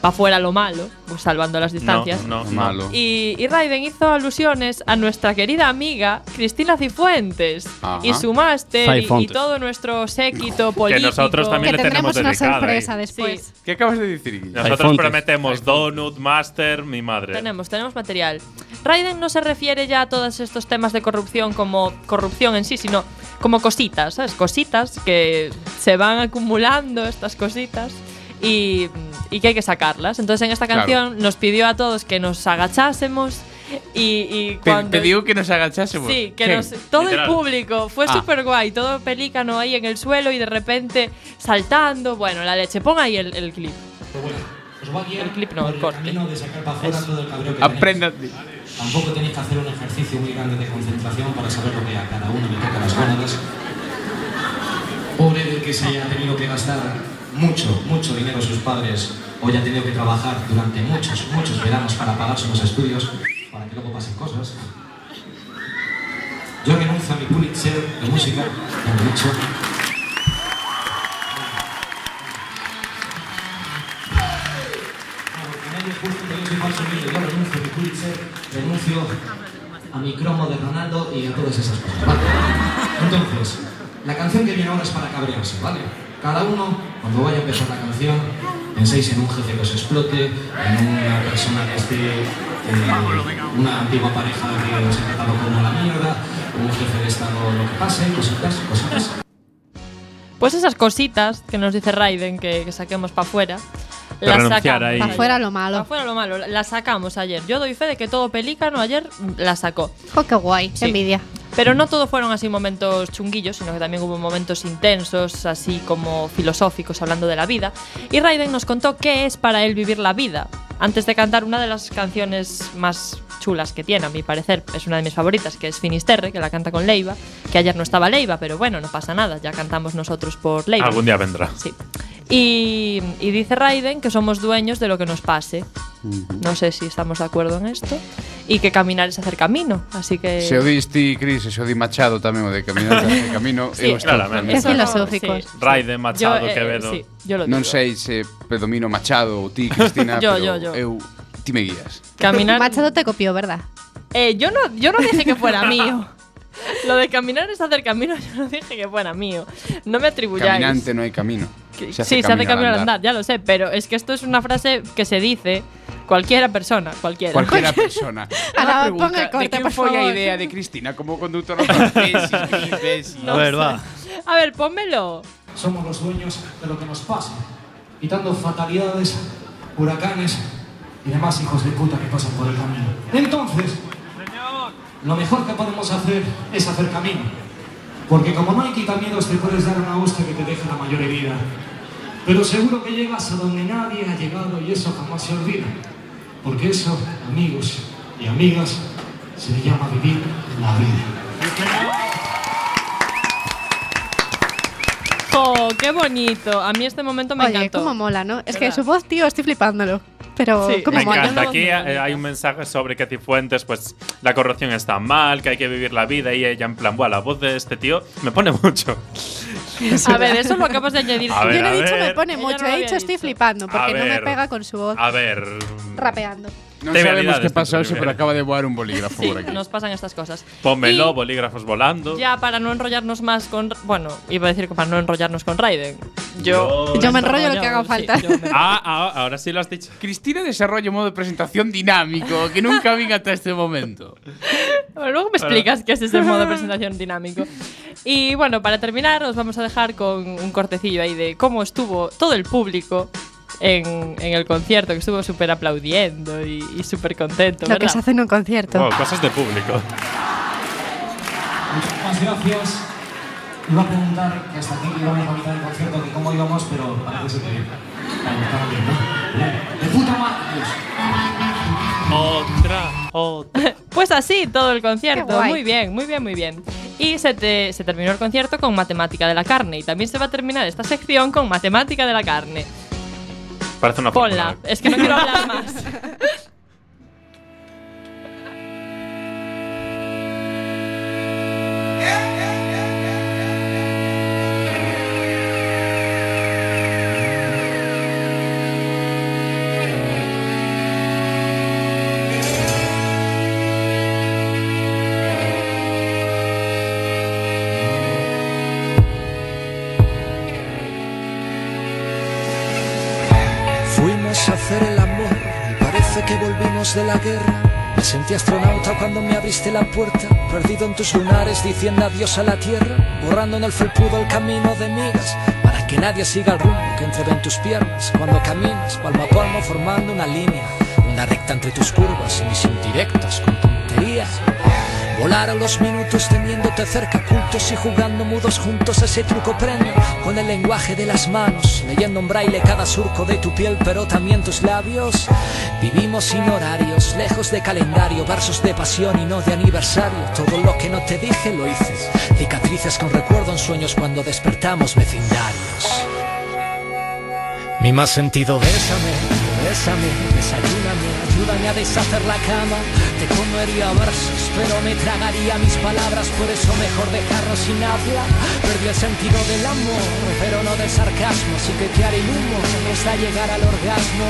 Speaker 1: para fuera lo malo, pues, salvando las distancias.
Speaker 5: No, no,
Speaker 2: Malo.
Speaker 1: Y, y Raiden hizo alusiones a nuestra querida amiga Cristina Cifuentes
Speaker 2: Ajá.
Speaker 1: y su máster y- y,
Speaker 4: Cifuentes.
Speaker 1: todo nuestro séquito político.
Speaker 5: nosotros
Speaker 3: Que
Speaker 5: también le
Speaker 3: tendremos
Speaker 5: tenemos
Speaker 3: una
Speaker 5: dedicada,
Speaker 3: sorpresa
Speaker 5: eh.
Speaker 3: después.
Speaker 1: Sí.
Speaker 2: ¿Qué acabas de decir, Guille?
Speaker 5: Nosotros
Speaker 4: Hay fontes.
Speaker 5: prometemos Donut, Master, mi madre.
Speaker 1: Tenemos, tenemos material. Raiden no se refiere ya a todos estos temas de corrupción como corrupción en sí, sino como cositas, ¿sabes? Cositas que se van acumulando, estas cositas, y, y que hay que sacarlas. Entonces en esta
Speaker 2: Claro.
Speaker 1: canción nos pidió a todos que nos agachásemos y, y
Speaker 2: Te,
Speaker 1: cuando...
Speaker 2: te digo que nos agachásemos.
Speaker 1: Sí, que
Speaker 2: ¿Qué?
Speaker 1: nos, todo
Speaker 5: Literal.
Speaker 1: el público fue
Speaker 2: pues, Ah.
Speaker 1: súper guay, todo pelícano ahí en el suelo y de repente saltando, bueno, la leche, pon ahí el, el clip.
Speaker 9: Pero bueno, os va a guiar
Speaker 1: El clip no,
Speaker 9: por
Speaker 1: el corte.
Speaker 9: camino de sacar para fuera
Speaker 1: Eso.
Speaker 9: todo el cabreo que
Speaker 2: Aprenda.
Speaker 9: tenéis. Tampoco tenéis que hacer un ejercicio muy grande de concentración para saber lo que a cada uno le toca las gónadas. Pobre del que se haya tenido que gastar mucho, mucho dinero sus padres o haya tenido que trabajar durante muchos, muchos veranos para pagarse los estudios, para que luego pasen cosas. Yo renuncio a mi Pulitzer de música, ya lo he dicho. Porque nadie justo que yo soy falso humilde. Yo renuncio a mi Pulitzer, renuncio a mi cromo de Ronaldo y a todas esas cosas, ¿vale? Entonces, la canción que viene ahora es para cabrearse, ¿vale? Cada uno, cuando vaya a empezar la canción, penséis en un jefe que os explote, en una persona que esté... eh, una antigua pareja que os ha tratado como la mierda, un jefe de estado lo que pase, cositas, cositas.
Speaker 1: Pues esas cositas que nos dice Raiden que, que saquemos para afuera.
Speaker 5: De renunciar ahí.
Speaker 3: Pa' fuera lo malo.
Speaker 1: Para afuera lo malo. Las sacamos ayer. Yo doy fe de que todo pelícano ayer mm, la sacó.
Speaker 3: Jo, Oh, qué guay, qué
Speaker 1: Sí.
Speaker 3: envidia.
Speaker 1: Pero no todos fueron así momentos chunguillos, sino que también hubo momentos intensos, así como filosóficos, hablando de la vida. Y Raiden nos contó qué es para él vivir la vida, antes de cantar una de las canciones más chulas que tiene, a mi parecer, es una de mis favoritas, que es Finisterre, que la canta con Leiva, que ayer no estaba Leiva, pero bueno, no pasa nada, ya cantamos nosotros por Leiva.
Speaker 5: Algún día vendrá.
Speaker 1: Sí. Y, y dice Raiden que somos dueños de lo que nos pase. No sé si estamos de acuerdo en esto. Y que caminar es hacer camino. Así que.
Speaker 2: Se o diste, Cris, e se o di Machado tamén o de caminar de camino.
Speaker 1: Sí.
Speaker 2: eu estou
Speaker 5: Claramente.
Speaker 3: Qué
Speaker 1: Eso no-
Speaker 3: filosóficos.
Speaker 1: sí.
Speaker 5: Raiden, Machado,
Speaker 1: Yo, eh,
Speaker 5: Quevedo.
Speaker 1: sí, yo lo digo.
Speaker 2: Non sei se predomino Machado ou ti, Cristina,
Speaker 1: Yo,
Speaker 2: pero
Speaker 1: yo, yo.
Speaker 2: eu ti me guías.
Speaker 1: Caminar.
Speaker 3: Machado te copió, ¿verdad?
Speaker 1: Eh, yo, no, yo no dije que fuera mío. Lo de caminar es hacer camino, yo no dije que fuera mío. No me atribuyáis.
Speaker 2: Caminante no hai camino.
Speaker 1: Que- sí, se hace camino al andar, ya lo sé, pero es que esto es una frase que se dice cualquiera persona, cualquiera.
Speaker 2: Cualquiera persona.
Speaker 3: Ahora,
Speaker 2: Una
Speaker 3: ponga el
Speaker 2: pregunta, ¿de
Speaker 3: corte,
Speaker 2: quién
Speaker 3: por
Speaker 2: foi a
Speaker 3: favor.
Speaker 2: idea de Cristina como conductora para tesis, Cris, tesis?
Speaker 4: A ver, va.
Speaker 1: A ver, pónmelo.
Speaker 9: somos los dueños de lo que nos pasa, quitando fatalidades, huracanes y demás hijos de puta que pasan por el camino. Entonces, lo mejor que podemos hacer es hacer camino, porque como no hay quitamiedos te puedes dar una hostia que te deja la mayor herida, pero seguro que llegas a donde nadie ha llegado y eso jamás se olvida, porque eso, amigos y amigas, se le llama vivir la vida.
Speaker 1: Oh, qué bonito. A mí este momento me
Speaker 3: Oye,
Speaker 1: encantó.
Speaker 3: cómo mola, ¿no? Es que
Speaker 1: ¿Verdad?
Speaker 3: su voz, tío, estoy flipándolo. Pero
Speaker 1: Sí.
Speaker 3: cómo
Speaker 5: Me
Speaker 1: Como
Speaker 5: encanta.
Speaker 1: Manuel
Speaker 5: Aquí
Speaker 1: Bonilla.
Speaker 5: eh, hay un mensaje sobre que Cifuentes, pues la corrupción está mal, que hay que vivir la vida y ella en plan, "Buah, la voz de este tío me pone mucho.
Speaker 1: A ver, eso lo acabas de añadir.
Speaker 5: A
Speaker 1: tú.
Speaker 5: ver,
Speaker 3: Yo no
Speaker 5: a
Speaker 3: he dicho
Speaker 5: ver.
Speaker 3: me pone
Speaker 1: Ella
Speaker 3: mucho,
Speaker 1: no lo
Speaker 3: he
Speaker 1: había
Speaker 3: dicho estoy
Speaker 1: dicho.
Speaker 3: flipando
Speaker 5: A
Speaker 3: porque no me
Speaker 5: ver.
Speaker 3: pega con su voz
Speaker 5: A ver.
Speaker 3: rapeando.
Speaker 2: Non
Speaker 5: Te
Speaker 2: sabemos
Speaker 5: realidades,
Speaker 2: que pasou,
Speaker 5: Cristina.
Speaker 2: se pero acaba de voar un bolígrafo
Speaker 1: Sí,
Speaker 2: por aquí.
Speaker 1: nos pasan estas cosas.
Speaker 5: Pónmelo,
Speaker 1: Y
Speaker 5: bolígrafos volando.
Speaker 1: ya para no enrollarnos más con. Bueno, iba a decir que para no enrollarnos con Raiden. Yo.
Speaker 3: Yo me enrollo lo que haga falta.
Speaker 1: Sí, yo me-
Speaker 5: Ah, ah, ahora sí lo has dicho.
Speaker 2: Cristina desarrolla un modo de presentación dinámico que nunca vi hasta este momento.
Speaker 1: Bueno, luego me explicas qué es ese modo de presentación dinámico. Y bueno, para terminar, os vamos a dejar con un cortecillo ahí de cómo estuvo todo el público. En, en el concierto, que estuvo súper aplaudiendo y, y súper contento.
Speaker 3: Lo que
Speaker 1: ¿verdad?
Speaker 3: se hace en un concierto.
Speaker 5: Wow, cosas de público.
Speaker 9: Muchas gracias. Iba a preguntar que hasta aquí íbamos a mitad del concierto, que cómo íbamos, pero parece que la gustaron bien, ¿no? ¡De puta madre!
Speaker 5: Otra, otra.
Speaker 1: Pues así todo el
Speaker 3: Qué
Speaker 1: concierto.
Speaker 3: guay.
Speaker 1: Muy bien, muy bien, muy bien. Y se, te- se terminó el concierto con Matemática de la Carne. Y también se va a terminar esta sección con Matemática de la Carne.
Speaker 5: Parece una
Speaker 1: Ponla,
Speaker 5: fórmula.
Speaker 1: es que no quiero hablar más.
Speaker 10: tarde que volvimos de la guerra. Me sentí astronauta cuando me abriste la puerta, perdido en tus lunares diciendo adiós a la tierra, borrando en el felpudo el camino de migas, para que nadie siga el rumbo que entreven tus piernas cuando caminas, palmo a palmo formando una línea, una recta entre tus curvas y mis indirectas con tonterías. Volaron los minutos teniéndote cerca, cultos y jugando mudos juntos ese truco premio, con el lenguaje de las manos, leyendo en braille cada surco de tu piel, pero también tus labios. Vivimos sin horarios, lejos de calendario, versos de pasión y no de aniversario. Todo lo que no te dije lo hices, cicatrices con recuerdo en sueños cuando despertamos vecindarios. Mi más sentido, bésame, bésame, desayúname, ayúdame a deshacer la cama. Te comería a versos, pero me tragaría mis palabras, por eso mejor dejarlo sin habla. Perdí el sentido del amor, pero no del sarcasmo, sí que te haré el humo hasta llegar al orgasmo.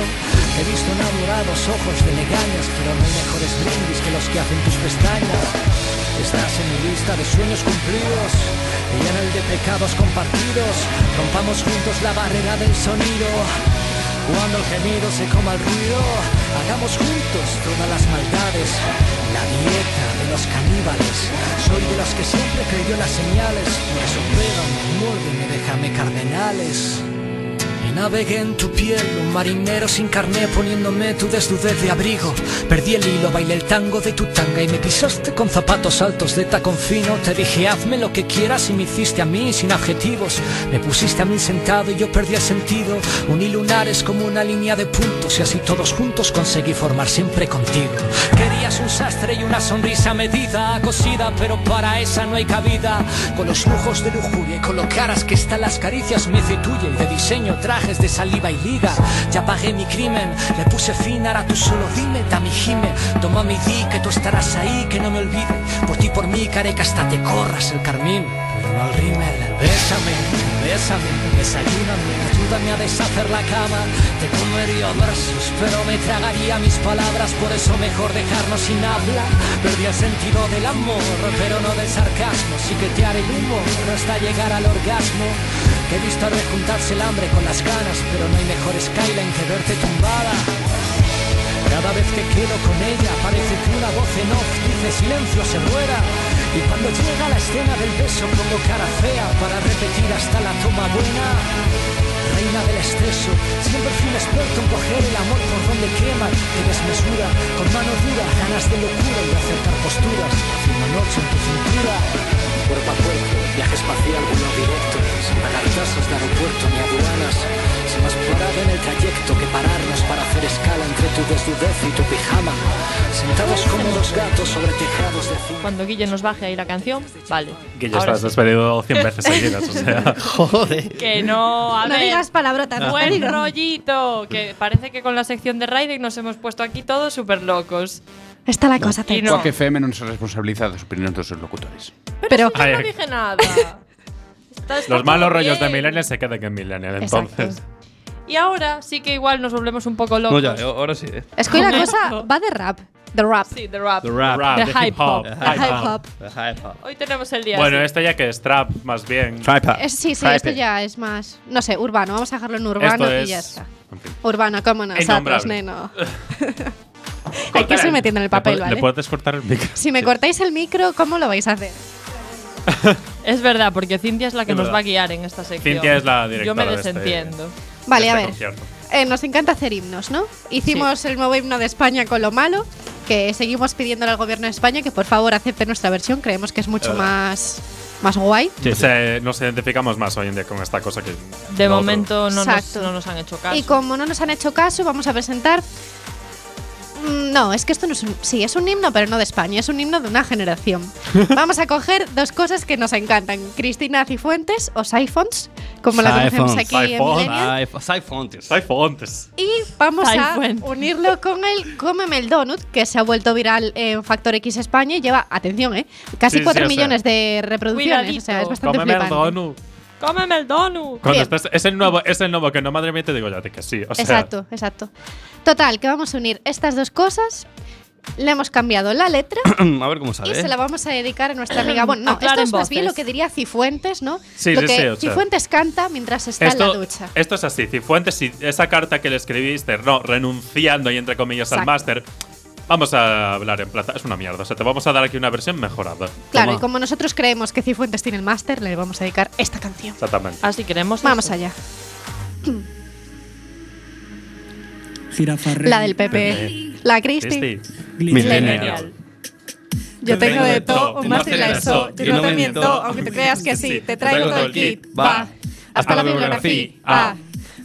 Speaker 10: He visto enamorados ojos de legañas, pero no hay mejores brindis que los que hacen tus pestañas. Estás en mi lista de sueños cumplidos y en el de pecados compartidos. Rompamos juntos la barrera del sonido. Cuando el gemido se coma el ruido, hagamos juntos todas las maldades. La dieta de los caníbales. Soy de los que siempre creyó las señales. Me superan, me muerden, me déjame cardenales. Y navegué en tu piel, un marinero sin carné poniéndome tu desnudez de abrigo. Perdí el hilo, bailé el tango de tu tanga y me pisaste con zapatos altos de tacón fino. Te dije hazme lo que quieras y me hiciste a mí sin adjetivos. Me pusiste a mí sentado y yo perdí el sentido. Uní lunares como una línea de puntos y así todos juntos conseguí formar siempre contigo. Querías un sastre y una sonrisa medida, cosida, pero para esa no hay cabida. Con los lujos de lujuria y con lo caras que están las caricias me hice tuya y de diseño trajes de saliva y liga. Ya pagué mi crimen, le puse fin, ahora tú solo dime, da mi gime. Toma mi di, que tú estarás ahí, que no me olvide. Por ti, por mí, careca, hasta te corras el carmín. Pero no el rímel, bésame, bésame, desayúname, ayúdame a deshacer la cama. Te comería a versos, pero me tragaría mis palabras, por eso mejor dejarnos sin habla. Perdí el sentido del amor, pero no del sarcasmo. Sí que te haré el humor hasta llegar al orgasmo. He visto rejuntarse el hambre con las ganas, pero no hay mejor skyline que verte tumbada. Cada vez que quedo con ella, parece que una voz en off dice silencio se muera. Y cuando llega la escena del beso, pongo cara fea para repetir hasta la toma buena. Reina del exceso, siempre fui un experto en coger el amor por donde quema, que desmesura, con mano dura, ganas de locura y de acertar posturas, sin noche en tu cintura cuerpo a cuerpo, viaje espacial, vuelo directo, sin pagar tasas de aeropuerto ni aduanas. Se me ha explorado en el trayecto que pararnos para hacer escala entre tu desnudez y tu pijama. Sentados como dos gatos sobre tejados de zinc.
Speaker 1: Cuando Guille nos baje ahí la canción, vale.
Speaker 5: Que ya
Speaker 1: Ahora
Speaker 5: estás
Speaker 1: sí.
Speaker 5: despedido 100 veces seguidas, o sea.
Speaker 4: Joder.
Speaker 1: Que no, a
Speaker 3: No
Speaker 1: ver.
Speaker 3: digas palabrotas, no
Speaker 1: Buen
Speaker 3: digas.
Speaker 1: rollito, que parece que con la sección de Raiden nos hemos puesto aquí todos súper locos.
Speaker 3: Está la cosa,
Speaker 1: Y
Speaker 3: Ted.
Speaker 1: no.
Speaker 2: Quack FM non se responsabiliza das opinións dos seus locutores.
Speaker 3: Pero
Speaker 1: Yo no
Speaker 5: Ay,
Speaker 1: dije nada. Está- está
Speaker 5: Los malos
Speaker 1: todo
Speaker 5: rollos de
Speaker 1: bien.
Speaker 5: Millennial se quedan en Millennial,
Speaker 3: Exacto.
Speaker 5: entonces.
Speaker 1: Y ahora sí que igual nos volvemos un poco
Speaker 4: No,
Speaker 1: locos.
Speaker 4: ya, ahora sí, eh.
Speaker 3: es que hoy la cosa va de rap. De rap.
Speaker 1: Sí, the rap.
Speaker 4: The rap.
Speaker 5: Rap,
Speaker 1: The
Speaker 5: de
Speaker 1: hype
Speaker 5: hip hop.
Speaker 1: hop.
Speaker 3: de hip hop.
Speaker 4: The hype hop.
Speaker 1: Hoy tenemos el día.
Speaker 5: Bueno,
Speaker 1: así.
Speaker 5: esto ya que es trap, más bien.
Speaker 4: Hype hop.
Speaker 3: Es- sí, sí,
Speaker 4: Hype
Speaker 3: esto
Speaker 4: it.
Speaker 3: ya es más, no sé, urbano. Vamos a dejarlo en urbano
Speaker 5: Esto
Speaker 3: y ya
Speaker 5: es-
Speaker 3: está.
Speaker 5: en fin.
Speaker 3: Urbano, cómo nosotros,
Speaker 5: Innombrable.
Speaker 3: neno. Hay que irse metiendo en el papel,
Speaker 5: le, pu-
Speaker 3: ¿vale?
Speaker 5: le puedes cortar el micro.
Speaker 3: Si me cortáis el micro, ¿cómo lo vais a hacer?
Speaker 1: Es verdad, porque Cintia es la que
Speaker 5: Es
Speaker 1: nos
Speaker 5: verdad.
Speaker 1: va a guiar en esta sección.
Speaker 5: Cintia es la
Speaker 1: Yo me
Speaker 5: directora de este-
Speaker 1: desentiendo.
Speaker 3: Vale, a
Speaker 5: Este
Speaker 3: ver.
Speaker 5: concierto.
Speaker 3: Eh, nos encanta hacer himnos, ¿no? Hicimos el nuevo himno de España con lo malo, que seguimos pidiéndole al gobierno de España que por favor acepte nuestra versión, creemos que es
Speaker 5: Eh.
Speaker 3: mucho más, más guay.
Speaker 5: O sea, nos identificamos más hoy en día con esta cosa que.
Speaker 1: De
Speaker 5: lo otro.
Speaker 1: momento no nos,
Speaker 3: Exacto.
Speaker 1: no nos han hecho caso.
Speaker 3: Y como no nos han hecho caso, vamos a presentar... Mm, No, es que esto no es un... Sí, es un himno, pero no de España, es un himno de una generación. vamos a coger dos cosas que nos encantan, Cristina Cifuentes o Siphons, como la conocemos
Speaker 4: Siphons.
Speaker 3: aquí en
Speaker 5: Siphon.
Speaker 3: Millennial.
Speaker 4: Hype- Siphontes.
Speaker 5: Hay fontes.
Speaker 3: Y vamos a
Speaker 1: Sidewind.
Speaker 3: unirlo con el Cómeme el Donut, que se ha vuelto viral en Factor X España y lleva, atención, ¿eh? casi
Speaker 5: Sí, sí,
Speaker 3: 4
Speaker 5: o sea,
Speaker 3: millones de reproducciones.
Speaker 1: Cuidadito.
Speaker 3: O sea, es bastante
Speaker 5: Cómeme el
Speaker 3: flipante.
Speaker 5: donut.
Speaker 1: ¡Cómeme el donu!
Speaker 5: Cuando
Speaker 3: Bien.
Speaker 5: estás, es el nuevo, es el nuevo que no madre mía te digo ya de que sí. O sea,
Speaker 3: Exacto, exacto. Total, que vamos a unir estas dos cosas Le hemos cambiado la letra
Speaker 4: A ver cómo sale. ¿eh?
Speaker 3: y se la vamos a dedicar a nuestra amiga. Bueno, no,
Speaker 1: Aclaren
Speaker 3: esto es más
Speaker 1: voces.
Speaker 3: bien lo que diría Cifuentes, ¿no?
Speaker 5: Sí,
Speaker 3: lo
Speaker 5: sí,
Speaker 3: que
Speaker 5: sí, o sea.
Speaker 3: Cifuentes canta mientras está en la ducha.
Speaker 5: esto es así. Cifuentes, si esa carta que le escribiste, no, renunciando y entre comillas al
Speaker 3: Exacto.
Speaker 5: máster, vamos a hablar en plata. Es una mierda. O sea, te vamos a dar aquí una versión mejorada.
Speaker 3: Claro,
Speaker 5: Toma.
Speaker 3: y como nosotros creemos que Cifuentes tiene el máster, le vamos a dedicar esta canción.
Speaker 5: Exactamente.
Speaker 1: Así Ah, queremos.
Speaker 3: Vamos
Speaker 1: eso.
Speaker 3: allá.
Speaker 11: Jirafa
Speaker 3: La del PP.
Speaker 5: Pepe.
Speaker 3: La Cristi.
Speaker 5: Este.
Speaker 1: Millennial.
Speaker 3: Yo tengo de todo, un máster de eso.
Speaker 4: eso.
Speaker 3: Yo no te miento, aunque te creas que sí. Te traigo todo el kit. Va. Hasta la bibliografía. Ah.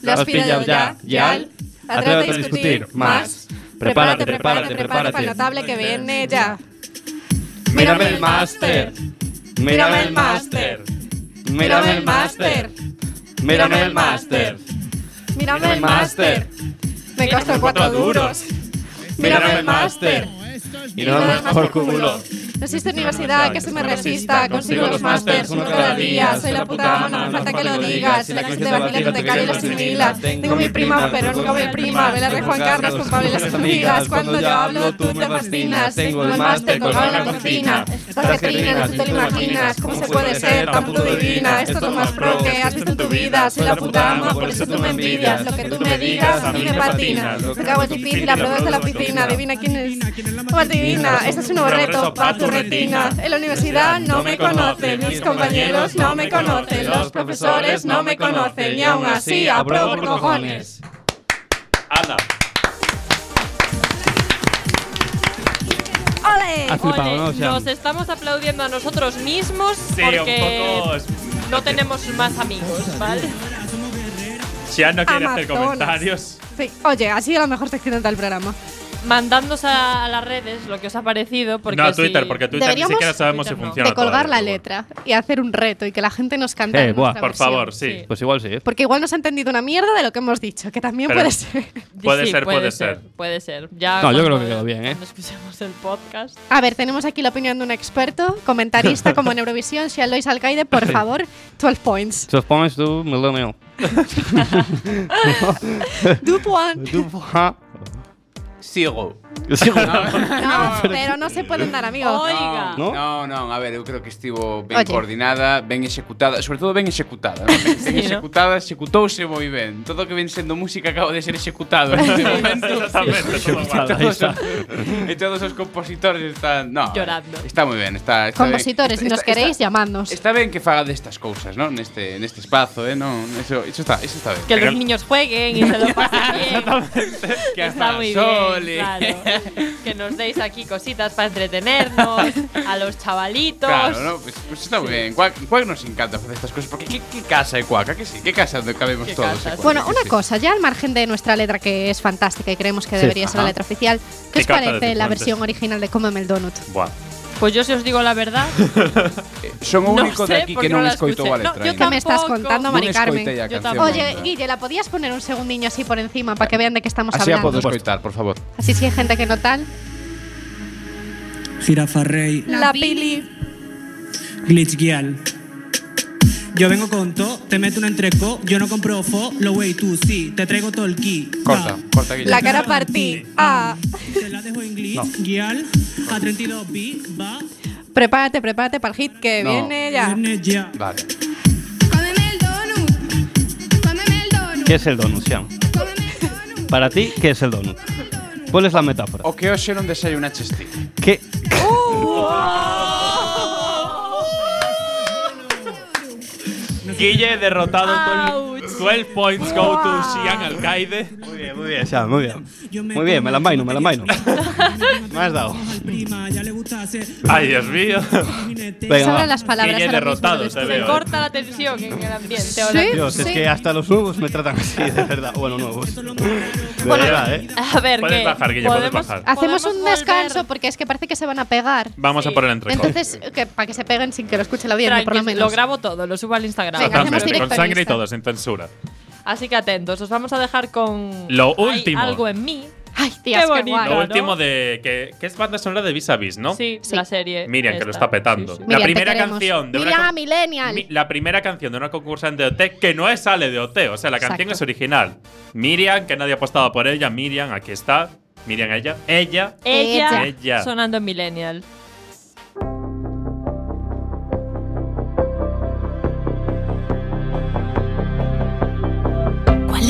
Speaker 3: Lo has pillado ya. Ya. Atrévete a discutir más. Prepárate, prepárate, prepárate para el notable que viene ya.
Speaker 4: Mírame el máster. Mírame el máster.
Speaker 3: Mírame el máster.
Speaker 4: Mírame el máster.
Speaker 3: Mírame el máster. Me costó cuatro duros. Mírame el máster.
Speaker 4: Y no damos por culo.
Speaker 3: No existe universidad que se me resista. Consigo los másters uno cada día. Soy la puta ama, no me falta que lo digas. Soy la que de vacila, no te calles las similas. Tengo mi prima, pero nunca mi prima. Velas de Juan Carlos con Pablo y las amigas. Cuando yo hablo, tú te fascinas. Tengo el máster colgado en la cocina. Estás de trina, no tú te lo imaginas. ¿Cómo se puede ser tan puto divina? Esto es lo más pro que has visto en tu vida. Soy la puta ama, por eso tú me envidias. Lo que tú me digas a mí me patina. Me cago en tu pizza y la pruebas de la piscina. Adivina quién es. Más divina, este es un nuevo reto para tu retina. En la universidad no me conocen, mis compañeros no me conocen, los profesores no me conocen, y aún así apruebo por cojones.
Speaker 5: Ana.
Speaker 3: ¡Ole!
Speaker 4: Ha flipado,
Speaker 1: Ole,
Speaker 4: ¿no? O sea,
Speaker 1: nos estamos aplaudiendo a nosotros mismos
Speaker 5: Sí,
Speaker 1: porque
Speaker 5: un poco. es-
Speaker 1: no tenemos más amigos, ¿vale?
Speaker 5: Si Ana quiere hacer
Speaker 3: Amazonas.
Speaker 5: comentarios.
Speaker 3: Oye, ha sido la mejor sección del programa.
Speaker 1: Mandándonos a, a las redes lo que os ha parecido. Porque
Speaker 5: no a Twitter,
Speaker 1: si-
Speaker 5: porque Twitter
Speaker 3: Deberíamos-
Speaker 5: ni siquiera sabemos
Speaker 1: Twitter
Speaker 5: si
Speaker 1: no.
Speaker 5: funciona. todavía, pero Ah, bueno.
Speaker 3: y hacer un reto y que la gente nos cante.
Speaker 4: Eh, buah.
Speaker 5: Por favor, sí.
Speaker 1: Sí.
Speaker 4: Pues igual sí.
Speaker 3: Porque igual nos ha entendido una mierda de lo que hemos dicho, que también
Speaker 5: Pero-
Speaker 3: ser.
Speaker 5: Puede ser, puede ser.
Speaker 1: Puede ser. Ya
Speaker 4: No, yo
Speaker 1: cuando-
Speaker 4: creo que quedó bien, ¿eh?
Speaker 1: Cuando escuchemos el podcast.
Speaker 3: A ver, tenemos aquí la opinión de un experto, comentarista como en Eurovisión, Shia Lois Alcaide, por favor, 12 points.
Speaker 4: So pones tú, millennial.
Speaker 3: Dupuan.
Speaker 4: Tú, ja.
Speaker 2: Sigo.
Speaker 4: Sí, güey.
Speaker 3: No, pero no se pueden dar, amigo.
Speaker 1: Oiga.
Speaker 4: No?
Speaker 2: No, no, a ver, eu creo que estivo ben
Speaker 3: Oye.
Speaker 2: Oye. coordinada, ben executada, sobre todo ben executada, non? ben, ben
Speaker 1: Sí, ¿no?
Speaker 2: executada, executouse moi ben. Todo o que ven sendo música acaba de ser executado en este momento.
Speaker 5: Exactamente, todo guay.
Speaker 2: Todos os- e todos os compositores están, no,
Speaker 1: Llorando.
Speaker 2: Está moi ben, está, está
Speaker 3: Compositores,
Speaker 2: ben.
Speaker 3: si nos queréis, llamadnos.
Speaker 2: Está ben que faga destas cousas, non? Neste neste espazo, eh, non, eso, eso está, eso está ben.
Speaker 1: Que los
Speaker 5: Pero-
Speaker 1: niños jueguen y se lo pasen bien.
Speaker 2: Que hasta
Speaker 1: Está muy
Speaker 2: sol
Speaker 1: bien,
Speaker 2: e-
Speaker 1: claro. Que nos deis aquí cositas para entretenernos, a los chavalitos.
Speaker 2: Claro, ¿no? Pues, pues está muy bien. Cuac, Cuac nos encanta hacer estas cosas. Porque ¿qué, qué casa de Cuac? ¿A que sí? ¿Qué casa donde cabemos
Speaker 1: ¿Qué
Speaker 2: todos?
Speaker 1: casa?
Speaker 2: eh, Cuac?
Speaker 3: Bueno,
Speaker 2: Sí,
Speaker 3: una
Speaker 2: sí.
Speaker 3: cosa, ya al margen de nuestra letra que es fantástica y creemos que debería ser la
Speaker 2: Ajá.
Speaker 3: letra oficial, ¿qué
Speaker 5: Y
Speaker 3: os
Speaker 5: carta de
Speaker 3: parece la
Speaker 5: Cifuentes.
Speaker 3: versión original de Cómeme el Donut?
Speaker 5: Buah.
Speaker 1: Pues yo, si os digo la verdad,
Speaker 2: Eh, Son o
Speaker 1: No
Speaker 2: único de
Speaker 1: sé,
Speaker 2: aquí
Speaker 1: porque
Speaker 2: que non
Speaker 1: no la
Speaker 2: escoito
Speaker 1: escuché.
Speaker 2: a letra.
Speaker 1: No, yo
Speaker 2: ainda.
Speaker 3: ¿Qué me estás
Speaker 1: Tampoco.
Speaker 3: contando, Mari
Speaker 2: Non escoitei
Speaker 3: Carmen?
Speaker 2: a
Speaker 1: Yo
Speaker 2: canción
Speaker 1: tampoco.
Speaker 3: Oye,
Speaker 2: ainda.
Speaker 3: Guille, ¿la podías poner un segundiño así por encima para que vean de qué estamos
Speaker 2: Así a podo
Speaker 3: hablando?
Speaker 2: escoitar, por favor.
Speaker 3: Así si hay gente que no tal.
Speaker 11: Jirafa Rey.
Speaker 3: La Pili.
Speaker 11: Glitch Guial. Yo vengo con to, te meto un entreco, yo no compro fo, lo wey tú sí, te traigo todo el ki.
Speaker 2: Corta,
Speaker 11: Va.
Speaker 2: corta, Guille.
Speaker 3: La cara partí. Ah.
Speaker 11: Te la dejo en glitch, guial, a 32 b va,
Speaker 3: Prepárate, prepárate para el hit que
Speaker 2: No.
Speaker 3: viene ya.
Speaker 11: viene ya.
Speaker 2: Vale.
Speaker 4: ¿Qué es el donut, Siam? Para ti, ¿qué es el donut? ¿Cuál es la metáfora?
Speaker 2: O que hoxe non desayuna chesti.
Speaker 4: ¿Qué?
Speaker 5: Guille derrotado
Speaker 1: Ouch.
Speaker 5: con 12 points go to Xi'an Alcaide.
Speaker 4: Muy bien, muy bien, Siam, muy bien. Muy bien, me la vaino, me la vaino. me has dado.
Speaker 11: Prima, ya le gusta hacer
Speaker 5: Ay, Dios mío.
Speaker 3: Sobre
Speaker 4: Venga, va.
Speaker 3: las palabras.
Speaker 5: Guille
Speaker 3: ahora mismo
Speaker 5: derrotado,
Speaker 3: del
Speaker 5: te
Speaker 3: estudio.
Speaker 1: se
Speaker 5: veo. ¿eh?
Speaker 1: corta la tensión en el ambiente.
Speaker 3: Sí.
Speaker 1: ahora.
Speaker 4: Dios, es
Speaker 3: Sí.
Speaker 4: que hasta los nuevos me tratan así, de verdad. Bueno, nuevos. De verdad, ¿eh?
Speaker 1: A ver,
Speaker 5: Puedes
Speaker 1: ¿qué?
Speaker 5: bajar, Guille, puedes
Speaker 1: ¿Podemos-
Speaker 5: bajar.
Speaker 3: Hacemos un
Speaker 1: podemos
Speaker 3: descanso
Speaker 1: volver?
Speaker 3: porque es que parece que se van a pegar.
Speaker 5: Vamos a
Speaker 1: Sí.
Speaker 5: por el entrecorte.
Speaker 3: Entonces, que, para que se peguen sin que lo escuche la audiencia,
Speaker 1: Tranqui,
Speaker 3: por lo menos.
Speaker 1: grabo todo, lo subo al Instagram.
Speaker 3: Venga, hacemos
Speaker 5: Exactamente,
Speaker 3: directo
Speaker 5: con
Speaker 3: en
Speaker 5: sangre y
Speaker 3: Insta.
Speaker 5: todo, sin censura.
Speaker 1: Así que atentos, os vamos a dejar con.
Speaker 5: Lo
Speaker 1: Hay
Speaker 5: último.
Speaker 1: algo en mí.
Speaker 3: Ay, tías,
Speaker 1: Qué
Speaker 3: qué,
Speaker 1: bonito.
Speaker 3: guay.
Speaker 5: Lo
Speaker 1: Claro.
Speaker 5: último de. que, que es banda sonora de Vis a Vis, ¿no?
Speaker 1: Sí,
Speaker 3: Sí.
Speaker 1: la serie.
Speaker 5: Miriam, que lo está petando.
Speaker 1: Sí, sí.
Speaker 5: La
Speaker 3: Miriam, te
Speaker 5: primera
Speaker 3: queremos.
Speaker 5: canción de una
Speaker 3: Mira,
Speaker 5: con-
Speaker 3: Millennial.
Speaker 5: Mi- la primera canción de una concursante de OT que no es sale de OT, o sea, la canción
Speaker 3: Exacto.
Speaker 5: es original. Miriam, que nadie apostaba por ella, Miriam, aquí está. Miriam, ella. Ella.
Speaker 1: Ella,
Speaker 5: Ella.
Speaker 1: sonando en Millennial.
Speaker 12: ¿Cuál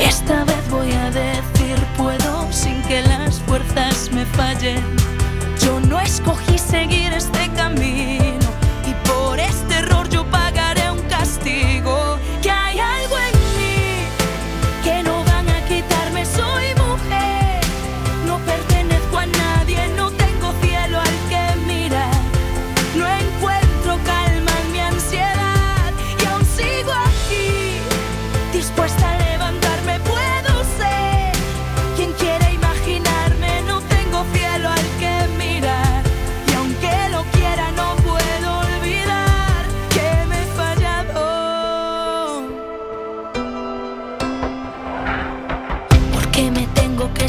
Speaker 12: Esta vez voy a decir puedo sin que las fuerzas me fallen. Yo no escogí seguir este camino y por este error yo pagaré un castigo. Que hay algo en mí que no van a quitarme, soy mujer. No pertenezco a nadie, no tengo cielo al que mirar. No encuentro calma en mi ansiedad y aún sigo aquí dispuesta a levantarme puedo ser quien quiera imaginarme no tengo cielo al que mirar y aunque lo quiera no puedo olvidar que me he fallado ¿Por qué me tengo que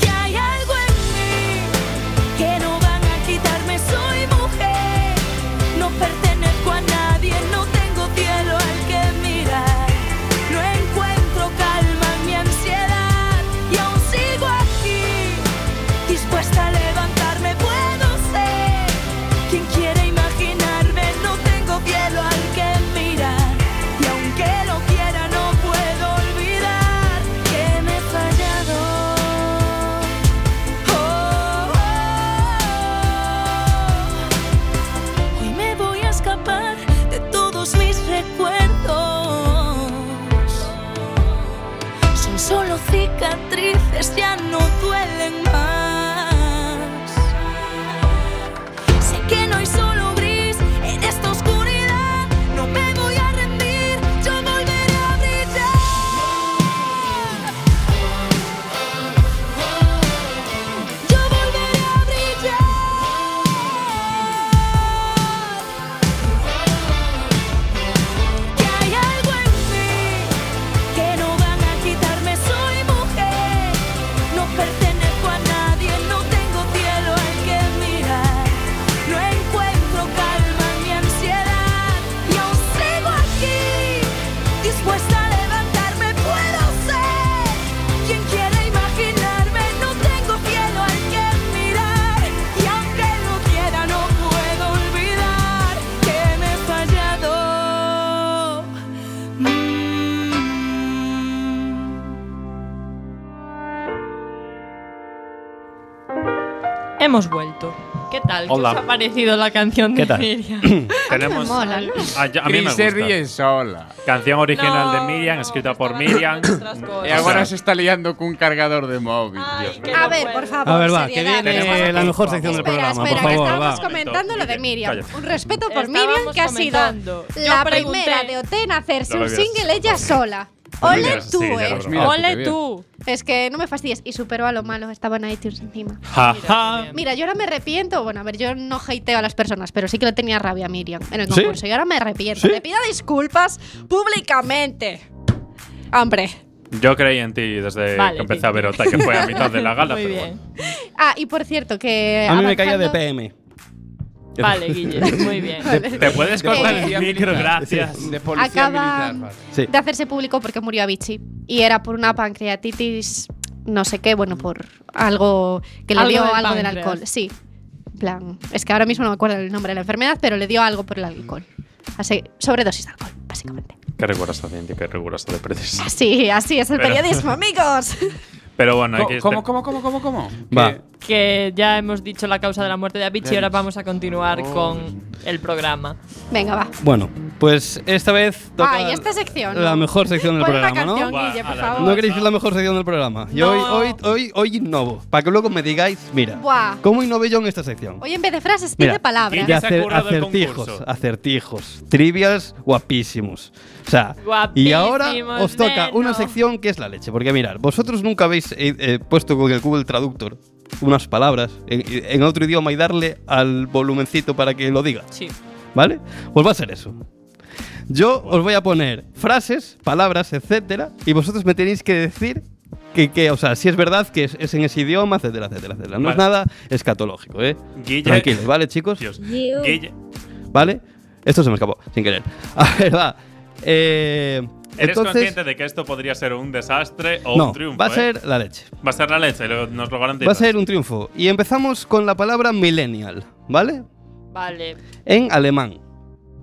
Speaker 12: Que hay algo en mí que no van a quitarme, soy mujer. No pertenezco a nadie, no tengo cielo al que mirar. No encuentro calma en mi ansiedad y aún sigo aquí, dispuesta a levantarme, puedo ser. Quien quiere imaginarme, no tengo cielo al que mirar. Y aunque lo quiera, no puedo olvidar que me he fallado. Oh, oh, oh. Hoy me voy a escapar de todos mis recuerdos. Son solo cicatrices, ya no duelen más. Sé que no hay solo gris en esta oscuridad. No me voy a rendir, yo volveré a brillar. Yo volveré a brillar. Que hay algo en mí que no van a quitarme. Soy mujer, no pertenezco a nadie, no tengo cielo al que mirar. No encuentro calma en mi ansiedad y aún sigo aquí, dispuesta a levantarme. Puedo ser quien quiera imaginarme, no tengo cielo al que mirar y aunque lo quiera no puedo olvidar que me he fallado.
Speaker 1: Hemos vuelto. ¿Qué tal?
Speaker 5: Hola.
Speaker 1: ¿Qué os ha parecido la canción de
Speaker 5: ¿Qué tal?
Speaker 1: Miriam?
Speaker 5: Tenemos.
Speaker 1: mola, ¿no?
Speaker 5: Ah, yo- a mí me
Speaker 2: Chris se
Speaker 5: gusta.
Speaker 2: ríe sola.
Speaker 5: Canción original
Speaker 1: No,
Speaker 5: de Miriam, escrita por Miriam.
Speaker 1: eh.
Speaker 2: Y ahora se está liando con un cargador de móvil.
Speaker 3: A ver, por
Speaker 1: Ah, pues
Speaker 3: favor.
Speaker 4: A ver, va, que
Speaker 3: seriedad,
Speaker 4: viene
Speaker 3: seriedad.
Speaker 4: la mejor sección del
Speaker 3: Espera,
Speaker 4: Este programa,
Speaker 3: espera,
Speaker 4: por
Speaker 3: que
Speaker 4: favor,
Speaker 3: estábamos
Speaker 4: va.
Speaker 3: comentando lo de Miriam.
Speaker 4: cállate.
Speaker 3: Un respeto por
Speaker 1: Estábamos
Speaker 3: Miriam, que ha sido
Speaker 1: comentando. Yo
Speaker 3: la
Speaker 1: pregunté-
Speaker 3: primera de OT en hacerse
Speaker 1: Lo
Speaker 3: un
Speaker 1: bebías.
Speaker 3: single ella sola.
Speaker 1: Lo
Speaker 3: Ole
Speaker 1: bebías,
Speaker 3: tú,
Speaker 1: sí, ya lo
Speaker 4: pues
Speaker 3: eh.
Speaker 1: probé. Mira, Ole súper bien.
Speaker 3: tú. Es que no me fastidies. Y superó a lo malo, estaban iTunes encima.
Speaker 4: Ja, ja.
Speaker 1: Ah.
Speaker 3: Mira, yo ahora me arrepiento. Bueno, a ver, yo no hateo a las personas, pero sí que le tenía rabia a Miriam en el
Speaker 4: ¿Sí?
Speaker 3: concurso. Y ahora me arrepiento. Le pido disculpas públicamente. Hombre.
Speaker 5: Yo creí en ti desde
Speaker 3: Vale,
Speaker 5: que empecé a ver Ota, pues que fue a mitad de la gala.
Speaker 3: Muy
Speaker 5: pero
Speaker 3: bien. Eh,
Speaker 5: bueno.
Speaker 3: Ah, y por cierto, que.
Speaker 4: A mí me caía
Speaker 3: avanzando-
Speaker 4: de PM.
Speaker 1: Vale, Guille, muy bien.
Speaker 4: Te- te puedes cortar el Eh, micro, gracias.
Speaker 2: De
Speaker 3: acaba
Speaker 4: Sí.
Speaker 3: de hacerse público porque murió Avicii y era por una pancreatitis no sé qué, bueno, por algo que le
Speaker 1: Algo
Speaker 3: dio
Speaker 1: del
Speaker 3: algo del
Speaker 1: páncreas.
Speaker 3: alcohol, sí. En plan, es que ahora mismo no me acuerdo el nombre de la enfermedad, pero le dio algo por el alcohol. Así, sobredosis de alcohol, básicamente.
Speaker 5: Qué riguroso también, tío, qué riguroso de preciso.
Speaker 3: Así, así es el
Speaker 5: Pero-
Speaker 3: periodismo, amigos.
Speaker 5: Pero bueno, aquí este-
Speaker 2: ¿Cómo, eh, cómo, cómo, cómo, cómo?
Speaker 5: Va.
Speaker 1: Que ya hemos dicho la causa de la muerte de Avicii y ahora vamos a continuar
Speaker 2: Oh.
Speaker 1: con el programa.
Speaker 3: Venga, va.
Speaker 4: Bueno, Pues esta vez toca
Speaker 3: Ay, esta sección,
Speaker 4: la
Speaker 3: ¿no?
Speaker 4: mejor sección del
Speaker 3: Pon una
Speaker 4: programa,
Speaker 3: canción,
Speaker 4: ¿no?
Speaker 3: Guau, Guille, por a la favor.
Speaker 4: No queréis la mejor sección del programa. Yo hoy, hoy, hoy, hoy innovo, para que luego me digáis, mira,
Speaker 3: Buah.
Speaker 4: ¿cómo innové yo en esta sección?
Speaker 3: Hoy en vez de frases,
Speaker 4: Mira,
Speaker 3: tiene palabras.
Speaker 4: de acer- acertijos, acertijos, trivials guapísimos. O sea, y ahora
Speaker 3: Guapísimos,
Speaker 4: os toca
Speaker 3: neno.
Speaker 4: una sección que es la leche. Porque mirad, vosotros nunca habéis eh, eh, puesto con el Google Traductor unas palabras en, en otro idioma y darle al volumencito para que lo diga.
Speaker 1: Sí.
Speaker 4: ¿Vale? Pues va a ser eso. Yo os voy a poner frases, palabras, etcétera, y vosotros me tenéis que decir que, que, o sea, si es verdad que es, es en ese idioma, etcétera, etcétera, etcétera. No es
Speaker 5: Vale.
Speaker 4: nada escatológico, ¿eh?
Speaker 5: Guille.
Speaker 4: Tranquilos, ¿vale, chicos?
Speaker 5: Guille.
Speaker 4: ¿Vale? Esto se me escapó, sin querer. A ver, va. Eh,
Speaker 5: ¿Eres
Speaker 4: entonces,
Speaker 5: consciente de que esto podría ser un desastre o
Speaker 4: No,
Speaker 5: un triunfo?
Speaker 4: va a
Speaker 5: eh?
Speaker 4: ser la leche.
Speaker 5: Va a ser la leche, lo- nos lo
Speaker 4: va a
Speaker 5: garantizas.
Speaker 4: ser un triunfo. Y empezamos con la palabra millennial, ¿vale?
Speaker 1: Vale.
Speaker 4: En alemán.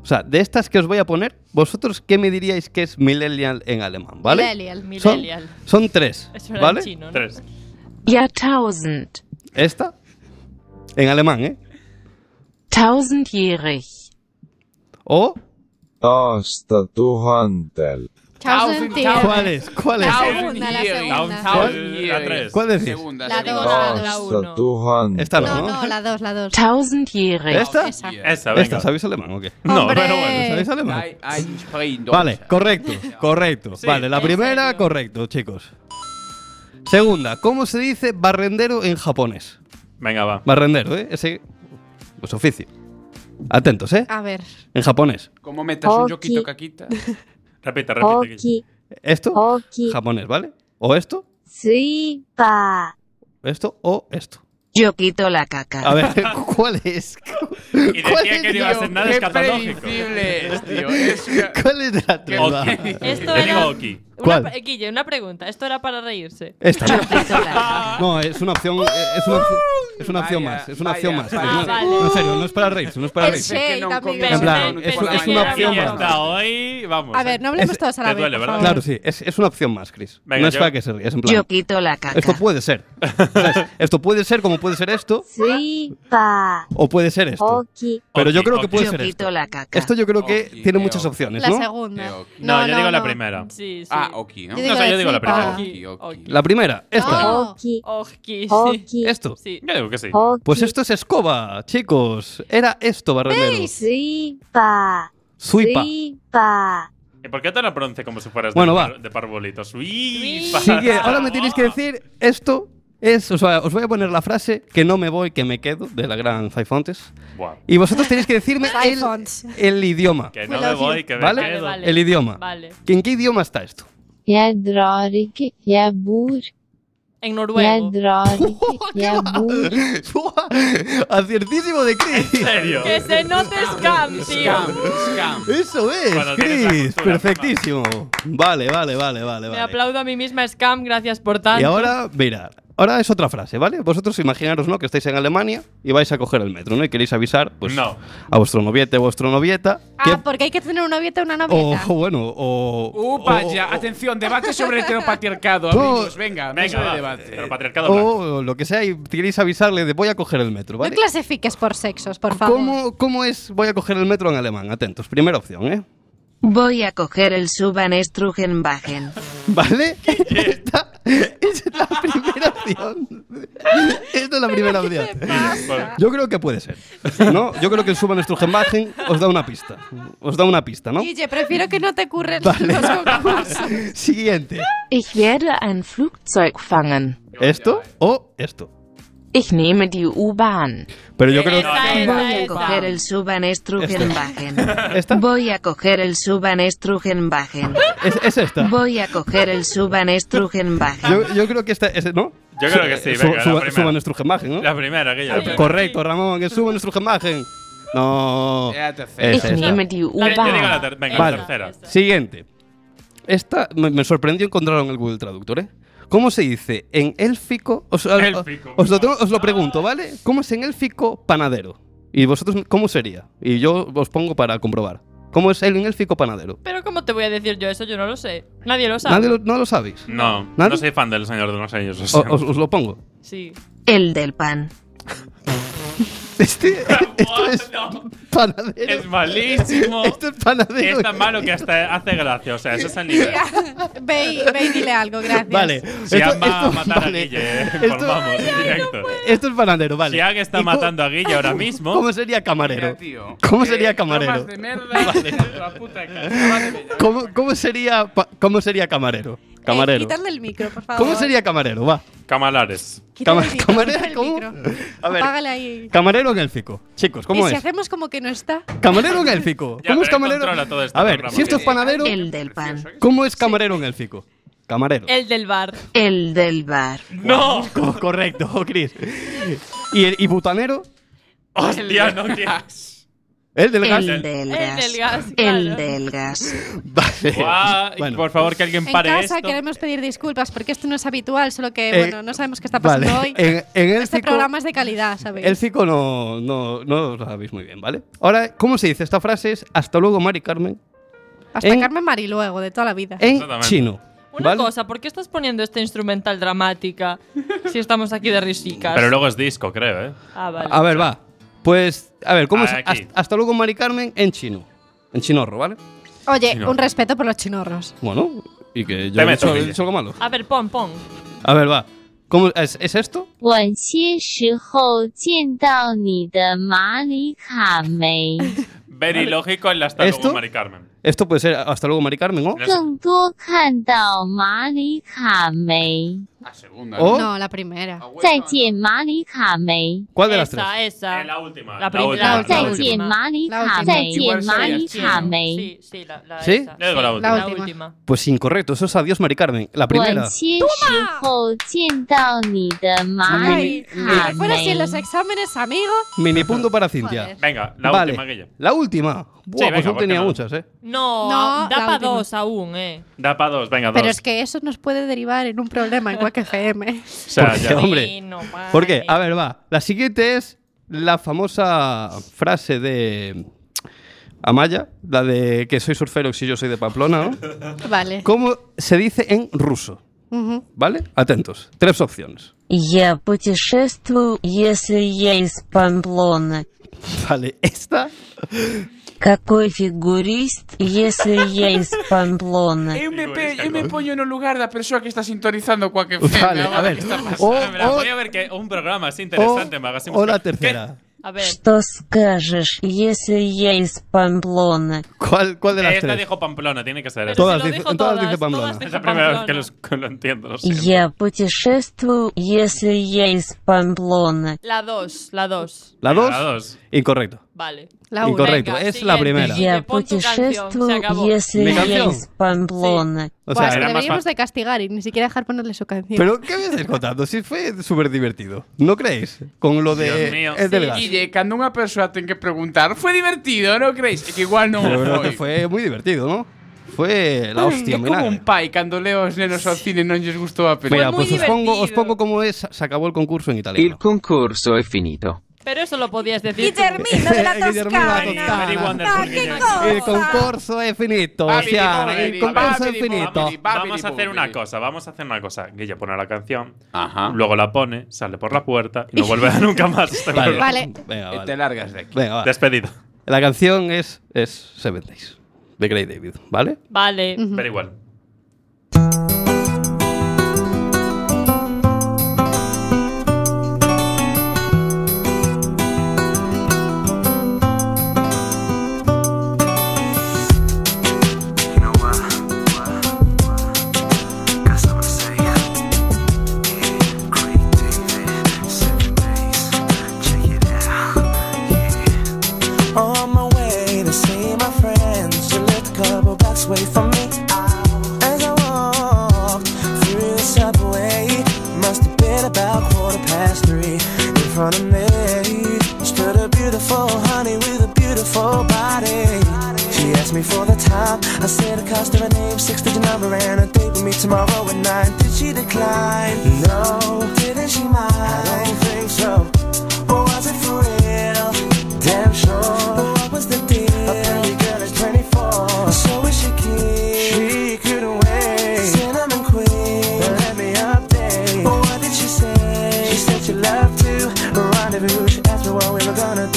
Speaker 4: O sea, de estas que os voy a poner, vosotros qué me diríais que es millennial en alemán, ¿vale?
Speaker 1: Millennial.
Speaker 4: Son,
Speaker 1: Millennial.
Speaker 4: son tres,
Speaker 1: Eso era en
Speaker 4: ¿vale?
Speaker 1: chino, ¿no?
Speaker 5: Tres.
Speaker 13: Jahrtausend.
Speaker 4: Esta, en alemán, ¿eh?
Speaker 13: Tausendjährig.
Speaker 4: O
Speaker 14: Hasta tu hantel.
Speaker 3: Thousand Tears.
Speaker 4: ¿Cuál es? ¿Cuál es?
Speaker 3: La segunda, la segunda.
Speaker 4: ¿Cuál?
Speaker 5: La tres.
Speaker 4: ¿Cuál decís?
Speaker 2: Segunda,
Speaker 3: La
Speaker 2: segunda.
Speaker 3: dos, la dos.
Speaker 14: Hasta tu hantel.
Speaker 4: Esta no,
Speaker 3: No,
Speaker 4: ¿no?
Speaker 3: no, la dos, la dos.
Speaker 13: Tausendjährig.
Speaker 4: ¿Esta?
Speaker 3: Esa.
Speaker 5: Esa, venga.
Speaker 4: ¿Esta sabéis alemán o qué?
Speaker 5: No,
Speaker 3: Hombre.
Speaker 5: pero bueno.
Speaker 4: ¿Sabéis alemán?
Speaker 2: Ein- ein Freund.
Speaker 4: Vale, correcto, correcto.
Speaker 5: Sí.
Speaker 4: Vale, la
Speaker 5: En
Speaker 4: primera, correcto, chicos. Segunda, ¿cómo se dice barrendero en japonés?
Speaker 5: Venga, va.
Speaker 4: Barrendero, ¿eh? Ese. Pues oficio. Atentos, ¿eh?
Speaker 3: A ver.
Speaker 4: En japonés.
Speaker 2: ¿Cómo metas un
Speaker 3: Oki.
Speaker 2: yoquito caquita?
Speaker 5: Repite, repite. Guille.
Speaker 4: Esto,
Speaker 13: Oki.
Speaker 4: japonés, ¿vale? O esto,
Speaker 13: Suipa.
Speaker 4: esto o esto.
Speaker 13: Yo quito la caca.
Speaker 4: A ver, ¿cuál es?
Speaker 5: Y
Speaker 4: ¿Cuál
Speaker 5: decía que
Speaker 4: es,
Speaker 5: no iba a
Speaker 4: tío?
Speaker 5: ser nada
Speaker 2: Qué
Speaker 5: escatológico.
Speaker 2: predecible es, tío. Es una-
Speaker 4: ¿Cuál es la trampa?
Speaker 1: Esto
Speaker 5: Eh, Yo
Speaker 1: era.
Speaker 5: digo Oki.
Speaker 1: Una
Speaker 4: ¿Cuál?
Speaker 1: pre- eh, Guille, una pregunta. Esto era para reírse.
Speaker 4: Esta. No, es una opción. Es una, opción- es una opción
Speaker 2: Vaya,
Speaker 4: más. Es una opción
Speaker 2: vaya,
Speaker 4: más.
Speaker 2: vaya.
Speaker 4: No, no, en serio, no es para reírse, no es para
Speaker 3: El
Speaker 4: reírse.
Speaker 3: shade,
Speaker 2: no
Speaker 3: amigo.
Speaker 2: comienza
Speaker 4: En plan, es,
Speaker 1: Pensé
Speaker 4: es
Speaker 1: que
Speaker 4: una
Speaker 1: era
Speaker 4: opción
Speaker 5: Y ya
Speaker 1: broma.
Speaker 4: más.
Speaker 5: está, hoy vamos.
Speaker 3: A ver, no hablemos
Speaker 4: Es-
Speaker 3: todos a la
Speaker 5: te
Speaker 3: vez.
Speaker 5: duele,
Speaker 3: por
Speaker 5: ¿verdad?
Speaker 3: favor.
Speaker 4: Claro, sí, es, es una opción más, Chris.
Speaker 5: Venga,
Speaker 4: no es
Speaker 5: yo-
Speaker 4: para que se rías, en plan.
Speaker 13: Yo quito la caca.
Speaker 4: Esto puede ser. ¿sabes? esto puede ser como puede ser esto,
Speaker 13: Suipa.
Speaker 4: o puede ser esto.
Speaker 13: Oki.
Speaker 4: Pero yo
Speaker 5: Ok,
Speaker 4: creo que
Speaker 5: ok.
Speaker 4: puede
Speaker 13: Yo
Speaker 4: ser
Speaker 13: quito
Speaker 4: esto.
Speaker 13: la caca.
Speaker 4: Esto yo creo que
Speaker 2: Ok,
Speaker 4: tiene
Speaker 2: ok.
Speaker 4: muchas opciones,
Speaker 3: La
Speaker 4: ¿no?
Speaker 3: segunda.
Speaker 2: Ok.
Speaker 5: No, yo digo la
Speaker 3: no.
Speaker 5: primera.
Speaker 1: Sí, sí.
Speaker 2: Ah, Oki, ¿no?
Speaker 3: Yo
Speaker 5: No
Speaker 3: digo
Speaker 5: sé,
Speaker 3: la
Speaker 5: yo digo la
Speaker 3: flipa.
Speaker 5: primera.
Speaker 2: Oki, Oki.
Speaker 4: La primera, esta.
Speaker 3: No.
Speaker 1: Oki, sí.
Speaker 13: Oki.
Speaker 4: Esto.
Speaker 1: Sí.
Speaker 5: Yo digo que sí.
Speaker 4: Pues esto es escoba, chicos. Era esto, barrendero.
Speaker 3: ¿Veis?
Speaker 13: Suipa.
Speaker 4: Suipa.
Speaker 13: Suipa.
Speaker 5: ¿Y por qué te lo pronuncié como si fueras
Speaker 4: Bueno,
Speaker 5: de,
Speaker 4: va.
Speaker 5: par- de parbolito? Suipa.
Speaker 4: Sigue, ahora me tenéis que decir esto. Es, o sea, os voy a poner la frase que no me voy, que me quedo, de la gran Zaifontes.
Speaker 5: Buah.
Speaker 4: Y vosotros tenéis que decirme el,
Speaker 3: Zaifontes.
Speaker 4: el idioma.
Speaker 5: Que no me voy, que me
Speaker 4: ¿Vale?
Speaker 5: quedo.
Speaker 1: vale.
Speaker 4: El idioma.
Speaker 1: Vale.
Speaker 4: ¿Que ¿En qué idioma está esto?
Speaker 15: Jeg drar ikke, jeg bor.
Speaker 1: En
Speaker 15: Jeg
Speaker 1: noruego.
Speaker 15: drar ikke, jeg bor.
Speaker 4: Aciertísimo de
Speaker 5: ¿En
Speaker 4: Chris.
Speaker 5: serio?
Speaker 1: Que se note
Speaker 2: Scam,
Speaker 1: scam, tío.
Speaker 2: scam.
Speaker 4: Eso es,
Speaker 5: Cuando tienes la
Speaker 4: Chris.
Speaker 5: cultura,
Speaker 4: Perfectísimo. Vale, vale, vale, vale.
Speaker 1: Me
Speaker 4: vale.
Speaker 1: aplaudo a mí misma, scam. Gracias por tanto.
Speaker 4: Y ahora, mirad, ahora es otra frase, ¿vale? Vosotros imaginaros, ¿no? Que estáis en Alemania y vais a coger el metro, ¿no? Y queréis avisar, pues,
Speaker 5: No.
Speaker 4: a vuestro noviete, vuestro novieta.
Speaker 3: Ah, porque hay que tener una novieta y una
Speaker 4: o,
Speaker 3: novieta.
Speaker 4: o bueno, o.
Speaker 2: Upa,
Speaker 4: o-
Speaker 5: Oh,
Speaker 2: ya.
Speaker 4: o-
Speaker 2: Oh, Atención, debate sobre heteropatriarcado,
Speaker 4: No.
Speaker 2: amigos. Venga,
Speaker 5: Venga,
Speaker 2: venga,
Speaker 5: va.
Speaker 2: debate.
Speaker 5: Pero patriarcado
Speaker 4: O,
Speaker 5: blanco.
Speaker 4: lo que sea, y queréis avisarle de voy a coger el metro,
Speaker 3: No
Speaker 4: ¿vale?
Speaker 3: clasifiques por sexos, por favor.
Speaker 4: ¿Cómo, ¿Cómo es voy a coger el metro en alemán? Atentos, primera opción, ¿eh?
Speaker 13: Voy a coger el Suban Strugenwagen.
Speaker 4: ¿Vale? Esta, esa es la primera opción. Esta es la primera opción.
Speaker 5: pasa?
Speaker 4: Yo creo que puede ser. ¿no? Yo creo que el suban Strugenwagen os da una pista. Os da una pista, ¿no?
Speaker 3: Guille, prefiero que no te curren
Speaker 4: Vale.
Speaker 3: los concursos.
Speaker 4: Siguiente.
Speaker 13: Ich werde ein Flugzeug fangen.
Speaker 4: ¿Esto o esto?
Speaker 13: Ich nehme die U-Bahn.
Speaker 4: Pero yo creo
Speaker 1: Esa,
Speaker 13: Voy
Speaker 1: esa,
Speaker 13: a
Speaker 1: esa.
Speaker 13: coger el Suban Strugenwagen.
Speaker 4: ¿Esta?
Speaker 13: Voy a coger el Suban Strugenwagen.
Speaker 4: que es, es esta.
Speaker 13: Voy a coger el Suban Strugenwagen.
Speaker 4: Yo, yo creo que esta es, ¿no?
Speaker 5: Yo creo que sí,
Speaker 4: Su-
Speaker 5: venga, la
Speaker 4: suba-
Speaker 5: primera.
Speaker 4: Suban Strugenwagen, ¿no?
Speaker 5: La primera, aquella.
Speaker 1: Sí.
Speaker 4: Correcto, Ramón, que suban Strugenwagen. No.
Speaker 2: Era la tercera.
Speaker 4: Es
Speaker 13: Ich
Speaker 4: esta.
Speaker 13: nehme die
Speaker 5: Yo digo la
Speaker 13: U-Bahn.
Speaker 5: ter- venga,
Speaker 4: Vale.
Speaker 5: la tercera.
Speaker 4: Siguiente. Esta me, me sorprendió encontrarlo en el Google Traductor, ¿eh? ¿Cómo se dice en élfico? Os, os-
Speaker 5: Élfico,
Speaker 4: os lo,
Speaker 5: muy
Speaker 4: os lo pregunto, ¿vale? ¿Cómo es en élfico panadero? ¿Y vosotros cómo sería? Y yo os pongo para comprobar. ¿Cómo es el en élfico panadero?
Speaker 1: Pero ¿cómo te voy a decir yo eso? Yo no lo sé. Nadie lo sabe.
Speaker 4: Nadie lo- no lo sabéis.
Speaker 5: No,
Speaker 4: ¿Nadie?
Speaker 5: no soy fan del Señor de los Anillos. o
Speaker 4: O-
Speaker 5: sea.
Speaker 4: os, os lo pongo.
Speaker 1: Sí.
Speaker 13: El del pan.
Speaker 4: Este, Esto es panadero.
Speaker 5: Es malísimo.
Speaker 4: Esto es panadero.
Speaker 5: Es tan malo que hasta hace gracia. O sea, ese es el nivel.
Speaker 3: ve, y, ve y dile algo, gracias.
Speaker 4: Vale.
Speaker 5: Si
Speaker 4: Esto-
Speaker 5: Ann va a
Speaker 4: esto-
Speaker 5: matar
Speaker 4: vale.
Speaker 5: a Guille, eh,
Speaker 4: Esto-
Speaker 5: informamos en directo.
Speaker 4: Eh, Esto es panadero, vale.
Speaker 5: Si Ann está
Speaker 4: ¿Y cómo-
Speaker 5: matando a Guille ahora mismo.
Speaker 4: ¿Cómo sería camarero? ¿Cómo sería camarero? ¿Cómo, cómo sería, pa- ¿Cómo sería camarero?
Speaker 3: Quitarle
Speaker 4: Camarero.
Speaker 3: Eh, el micro, por favor.
Speaker 4: ¿Cómo sería camarero? Va.
Speaker 5: Camalares.
Speaker 3: Quítale el
Speaker 4: Cama-
Speaker 3: micro,
Speaker 4: camarero,
Speaker 3: quítale el
Speaker 4: ¿cómo?
Speaker 3: micro.
Speaker 4: A ver.
Speaker 3: Apágale ahí.
Speaker 4: Camarero en élfico. Chicos, ¿cómo
Speaker 3: y si
Speaker 4: es?
Speaker 3: hacemos como que no está.
Speaker 4: Camarero en élfico.
Speaker 5: Ya,
Speaker 4: ¿Cómo
Speaker 5: pero
Speaker 4: es
Speaker 5: él
Speaker 4: camarero?
Speaker 5: controla todo este
Speaker 4: A ver,
Speaker 5: programa,
Speaker 4: si esto es
Speaker 5: Guille.
Speaker 4: panadero,
Speaker 13: El del pan.
Speaker 4: ¿cómo es camarero en élfico? Camarero.
Speaker 1: El del bar.
Speaker 13: El del bar.
Speaker 5: ¡No!
Speaker 4: Co- correcto, Chris. ¿Y, el- y butanero?
Speaker 5: ¡Hostia, no, tías!
Speaker 4: ¿El del gas?
Speaker 13: El del gas.
Speaker 1: del gas,
Speaker 13: El
Speaker 1: claro.
Speaker 13: del gas.
Speaker 4: Vale.
Speaker 5: Guau, y
Speaker 4: Bueno.
Speaker 5: Por favor, que alguien
Speaker 3: En
Speaker 5: pare
Speaker 3: casa
Speaker 5: esto.
Speaker 3: queremos pedir disculpas porque esto no es habitual, solo que,
Speaker 4: Eh,
Speaker 3: bueno, no sabemos qué está
Speaker 4: Vale.
Speaker 3: pasando hoy.
Speaker 4: En, en
Speaker 3: este
Speaker 4: élfico,
Speaker 3: programa es de calidad, ¿sabéis?
Speaker 4: élfico no, no, no lo sabéis muy bien, ¿vale? Ahora, ¿cómo se dice esta frase? Es hasta luego, Mari Carmen.
Speaker 3: Hasta
Speaker 4: en-
Speaker 3: Carmen Mariluego, de toda la vida.
Speaker 4: En
Speaker 5: Exactamente.
Speaker 4: chino.
Speaker 1: Una
Speaker 4: ¿vale?
Speaker 1: cosa, ¿por qué estás poniendo esta instrumental dramática si estamos aquí de risicas?
Speaker 5: Pero luego es disco, creo, ¿eh?
Speaker 1: Ah, vale.
Speaker 4: A ver, va. Pues, a ver, ¿cómo es
Speaker 5: Aquí.
Speaker 4: hasta, hasta luego, Mari Carmen en chino? En chinorro, ¿vale?
Speaker 3: Oye,
Speaker 5: Chino.
Speaker 3: un respeto por los chinorros.
Speaker 4: Bueno, y que
Speaker 5: Te
Speaker 4: yo he
Speaker 5: meto,
Speaker 4: hecho, he
Speaker 5: Guille.
Speaker 4: hecho algo malo.
Speaker 1: A ver, pon, pon.
Speaker 4: A ver, va. ¿Cómo es, es esto?
Speaker 15: 晚些时候见到你的马里卡梅，
Speaker 5: Very lógico en la hasta
Speaker 4: ¿Esto?
Speaker 5: luego, Mari Carmen.
Speaker 4: Esto puede ser hasta luego, Mari Carmen, ¿o?
Speaker 5: No sé.
Speaker 15: 更多看到马里卡梅，
Speaker 2: A segunda.
Speaker 4: ¿O?
Speaker 3: No, la primera.
Speaker 15: 再见马里卡梅，
Speaker 4: ¿Cuál de las tres?
Speaker 1: Esa, esa.
Speaker 5: Eh, La última.
Speaker 1: La
Speaker 5: La, última.
Speaker 1: primera. La
Speaker 5: la
Speaker 15: 再
Speaker 5: última.
Speaker 15: 见马里
Speaker 3: La última.
Speaker 15: 卡，再
Speaker 2: Igual
Speaker 15: 见
Speaker 2: sería
Speaker 15: 马里
Speaker 2: chino.
Speaker 15: 卡梅，
Speaker 1: Sí, sí, la, la
Speaker 4: ¿Sí?
Speaker 1: esa.
Speaker 5: Yo digo la última.
Speaker 1: La
Speaker 3: La
Speaker 1: última.
Speaker 4: Pues incorrecto, eso es adiós, Mari Carmen. La
Speaker 15: 晚
Speaker 4: primera.
Speaker 15: 些时候见到你的马里
Speaker 3: Ay,
Speaker 15: 卡
Speaker 3: si fuera así en
Speaker 15: 梅
Speaker 3: los。exámenes, amigo.
Speaker 4: Mini punto para Cintia.
Speaker 3: Joder.
Speaker 5: Venga, la
Speaker 4: Vale.
Speaker 5: última, Guille.
Speaker 4: La última. Buah,
Speaker 5: venga,
Speaker 4: pues no
Speaker 5: ¿por qué
Speaker 4: tenía
Speaker 5: no?
Speaker 4: muchas, ¿eh?
Speaker 1: No,
Speaker 3: No,
Speaker 1: da
Speaker 3: la
Speaker 1: para
Speaker 3: última.
Speaker 1: dos aún, eh.
Speaker 5: Da para dos, venga, dos.
Speaker 3: Pero es que eso nos puede derivar en un problema en Quack FM.
Speaker 5: O sea,
Speaker 4: Porque,
Speaker 5: ya.
Speaker 4: hombre,
Speaker 1: Sí, no, vale.
Speaker 4: ¿Por qué? A ver, va. La siguiente es la famosa frase de Amaya, la de que soy surfero y yo soy de Pamplona, ¿no?
Speaker 3: Vale.
Speaker 4: ¿Cómo se dice en ruso?
Speaker 3: Ujú.
Speaker 4: ¿Vale? Atentos. Tres opciones.
Speaker 13: Я путешествую, если я из Памплоны.
Speaker 4: Vale, esta.
Speaker 13: Какой фигурист, если я из Пamplona?
Speaker 2: Eu me, pe- eu me poño no lugar da persoa que está sintonizando coa que feme,
Speaker 4: Vale, a
Speaker 2: agora
Speaker 4: ver. Oh,
Speaker 2: que está pasando.
Speaker 4: O,
Speaker 5: Mira,
Speaker 4: o-
Speaker 5: voy a ver que un programa es
Speaker 4: o-
Speaker 5: interesante, Magazine.
Speaker 4: o la
Speaker 5: Black.
Speaker 4: tercera.
Speaker 1: A ver.
Speaker 13: Что скажешь, если я из Пamplona?
Speaker 4: ¿Cuál, cuál de
Speaker 5: ¿Qué?
Speaker 4: las
Speaker 5: Eh, Esta
Speaker 4: tres?
Speaker 5: dijo Pamplona, tiene que ser
Speaker 1: Pero
Speaker 5: esta.
Speaker 4: Todas
Speaker 1: si lo
Speaker 4: dicen-
Speaker 1: dijo
Speaker 4: todas
Speaker 1: todas,
Speaker 4: dice Pamplona.
Speaker 1: todas
Speaker 5: Es
Speaker 1: dice
Speaker 5: la primera vez
Speaker 1: Pamplona.
Speaker 5: que los- que lo entiendo, lo siento.
Speaker 13: Я путешествую, если я из Памплона.
Speaker 1: La dos, la dos.
Speaker 4: La dos.
Speaker 5: La dos.
Speaker 4: Incorrecto.
Speaker 1: Vale.
Speaker 3: La una.
Speaker 4: Incorrecto.
Speaker 1: Venga,
Speaker 4: es la
Speaker 1: siguiente.
Speaker 4: primera.
Speaker 1: Yeah.
Speaker 13: Я
Speaker 1: Pon tu canción, se
Speaker 13: путешествую,
Speaker 1: acabó.
Speaker 13: если
Speaker 4: ¿Mi
Speaker 13: я
Speaker 4: canción?
Speaker 13: из Pamplona.
Speaker 4: O
Speaker 3: Buah,
Speaker 4: sea,
Speaker 3: es que
Speaker 5: era más
Speaker 3: deberíamos
Speaker 5: fácil.
Speaker 3: de castigar y ni siquiera dejar ponerle su canción.
Speaker 4: pero ¿qué me estáis contando? Si fue súper divertido. ¿No creéis? Con lo Oh, de
Speaker 5: Dios mío.
Speaker 4: el del gas.
Speaker 2: Guille, cando unha persoa ten que preguntar Foi divertido, non creéis? É que igual non
Speaker 4: Pero creo que
Speaker 2: foi
Speaker 4: fue muy divertido, ¿no? Fue la hostia,
Speaker 2: É como
Speaker 4: milagro.
Speaker 2: un pai cando leo os nenos ao cine non lles gustou a película
Speaker 4: Mira,
Speaker 1: muy
Speaker 4: pues os pongo, os
Speaker 1: divertido.
Speaker 4: pongo como es, se acabó el concurso en
Speaker 16: Il
Speaker 4: italiano.
Speaker 16: concorso è finito.
Speaker 1: Pero eso lo podías decir.
Speaker 7: Y
Speaker 1: tú.
Speaker 7: Guillermino de la
Speaker 4: Guillermino de la
Speaker 7: Toscana.
Speaker 5: Very wonderful,
Speaker 7: Ah,
Speaker 5: Guille.
Speaker 7: qué cosa.
Speaker 4: El concurso es finito, o
Speaker 2: Babidi,
Speaker 4: sea,
Speaker 2: babidi,
Speaker 4: el concurso es
Speaker 2: babidi,
Speaker 4: finito.
Speaker 2: babidi.
Speaker 5: Vamos a hacer una
Speaker 2: Babidi-bobidi.
Speaker 5: cosa, vamos a hacer una cosa. Guille pone la canción,
Speaker 2: Ajá
Speaker 5: luego la pone, sale por la puerta y no vuelve nunca más. a este
Speaker 4: Vale.
Speaker 5: programa.
Speaker 3: Vale.
Speaker 4: Venga,
Speaker 2: E te
Speaker 4: vale.
Speaker 2: largas de aquí
Speaker 4: Venga, va.
Speaker 5: Despedido.
Speaker 4: La canción es, es Seven Days de Grey David, ¿vale?
Speaker 1: Vale.
Speaker 5: Pero igual.
Speaker 17: On my way to see my friends, she lived a couple blocks away from me. As I walked through the subway, must have been about quarter past three. In front of me stood a beautiful honey with a beautiful body. She asked me for the time. I said the cost of her name, six digit number, and a date with me tomorrow at nine. Did she decline? No. Didn't she mind? I don't think so. Or was it for real? Damn sure. But what was the deal? A pretty girl is 24. So is she keen? She couldn't wait. Cinnamon queen. But let me update. But what did she say? She said she loved to rendezvous. She asked me what we were gonna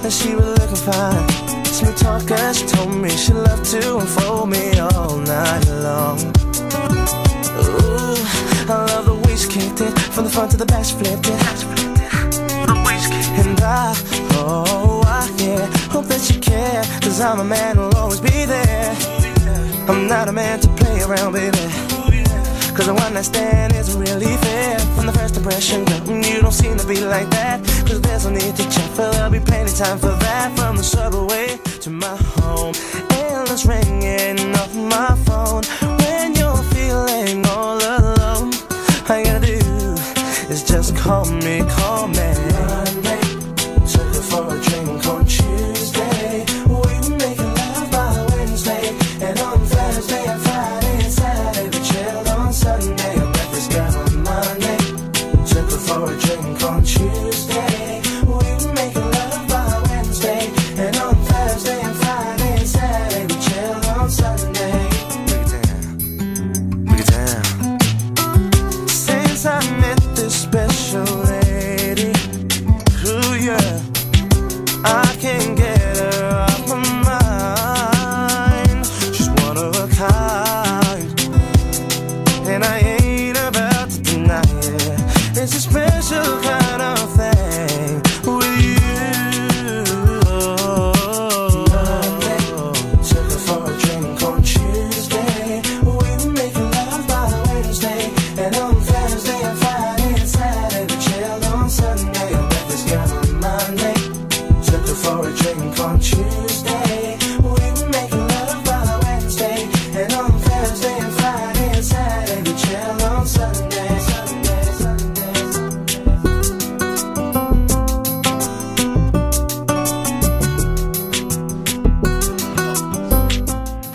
Speaker 17: said she was looking fine. Sweet talker, she told me she loved to unfold me all night long. Ooh, I love the way she kicked it from the front to the back, she flipped it. And I, oh, I, yeah, hope that you care, cause I'm a man who'll always be there. I'm not a man to play around, baby. Cause the one I stand isn't really fair. From the first impression, girl, mm, you don't seem to be like that. Cause there's no need to check, for there'll be plenty time for that. From the subway to my home, endless ringing off my phone. When you're feeling all alone, all you gotta do is just call me, call me. Monday, took her for a drink on Tuesday. We were making love by Wednesday, and on Thursday and Friday and Saturday we chilled on Sunday. I breakfast got on Monday, took her for a drink on Tuesday. We were making love by Wednesday, and on Thursday and Friday and Saturday we chilled on Sunday. Break it down, break it down. Since I met this special lady, who yeah, I can't get her off my mind. She's one of a kind, and I ain't about to deny it. It's a special kind of thing with you. Took her for a drink on Tuesday. We were making love by Wednesday. And on Thursday and Friday and Saturday, we chilled on Sunday. And breakfast got on Monday. Took her for a drink on Tuesday. We were making love by Wednesday. And on Thursday and Friday and Saturday, we chilled on Sunday. Sunday, Sunday, Sunday.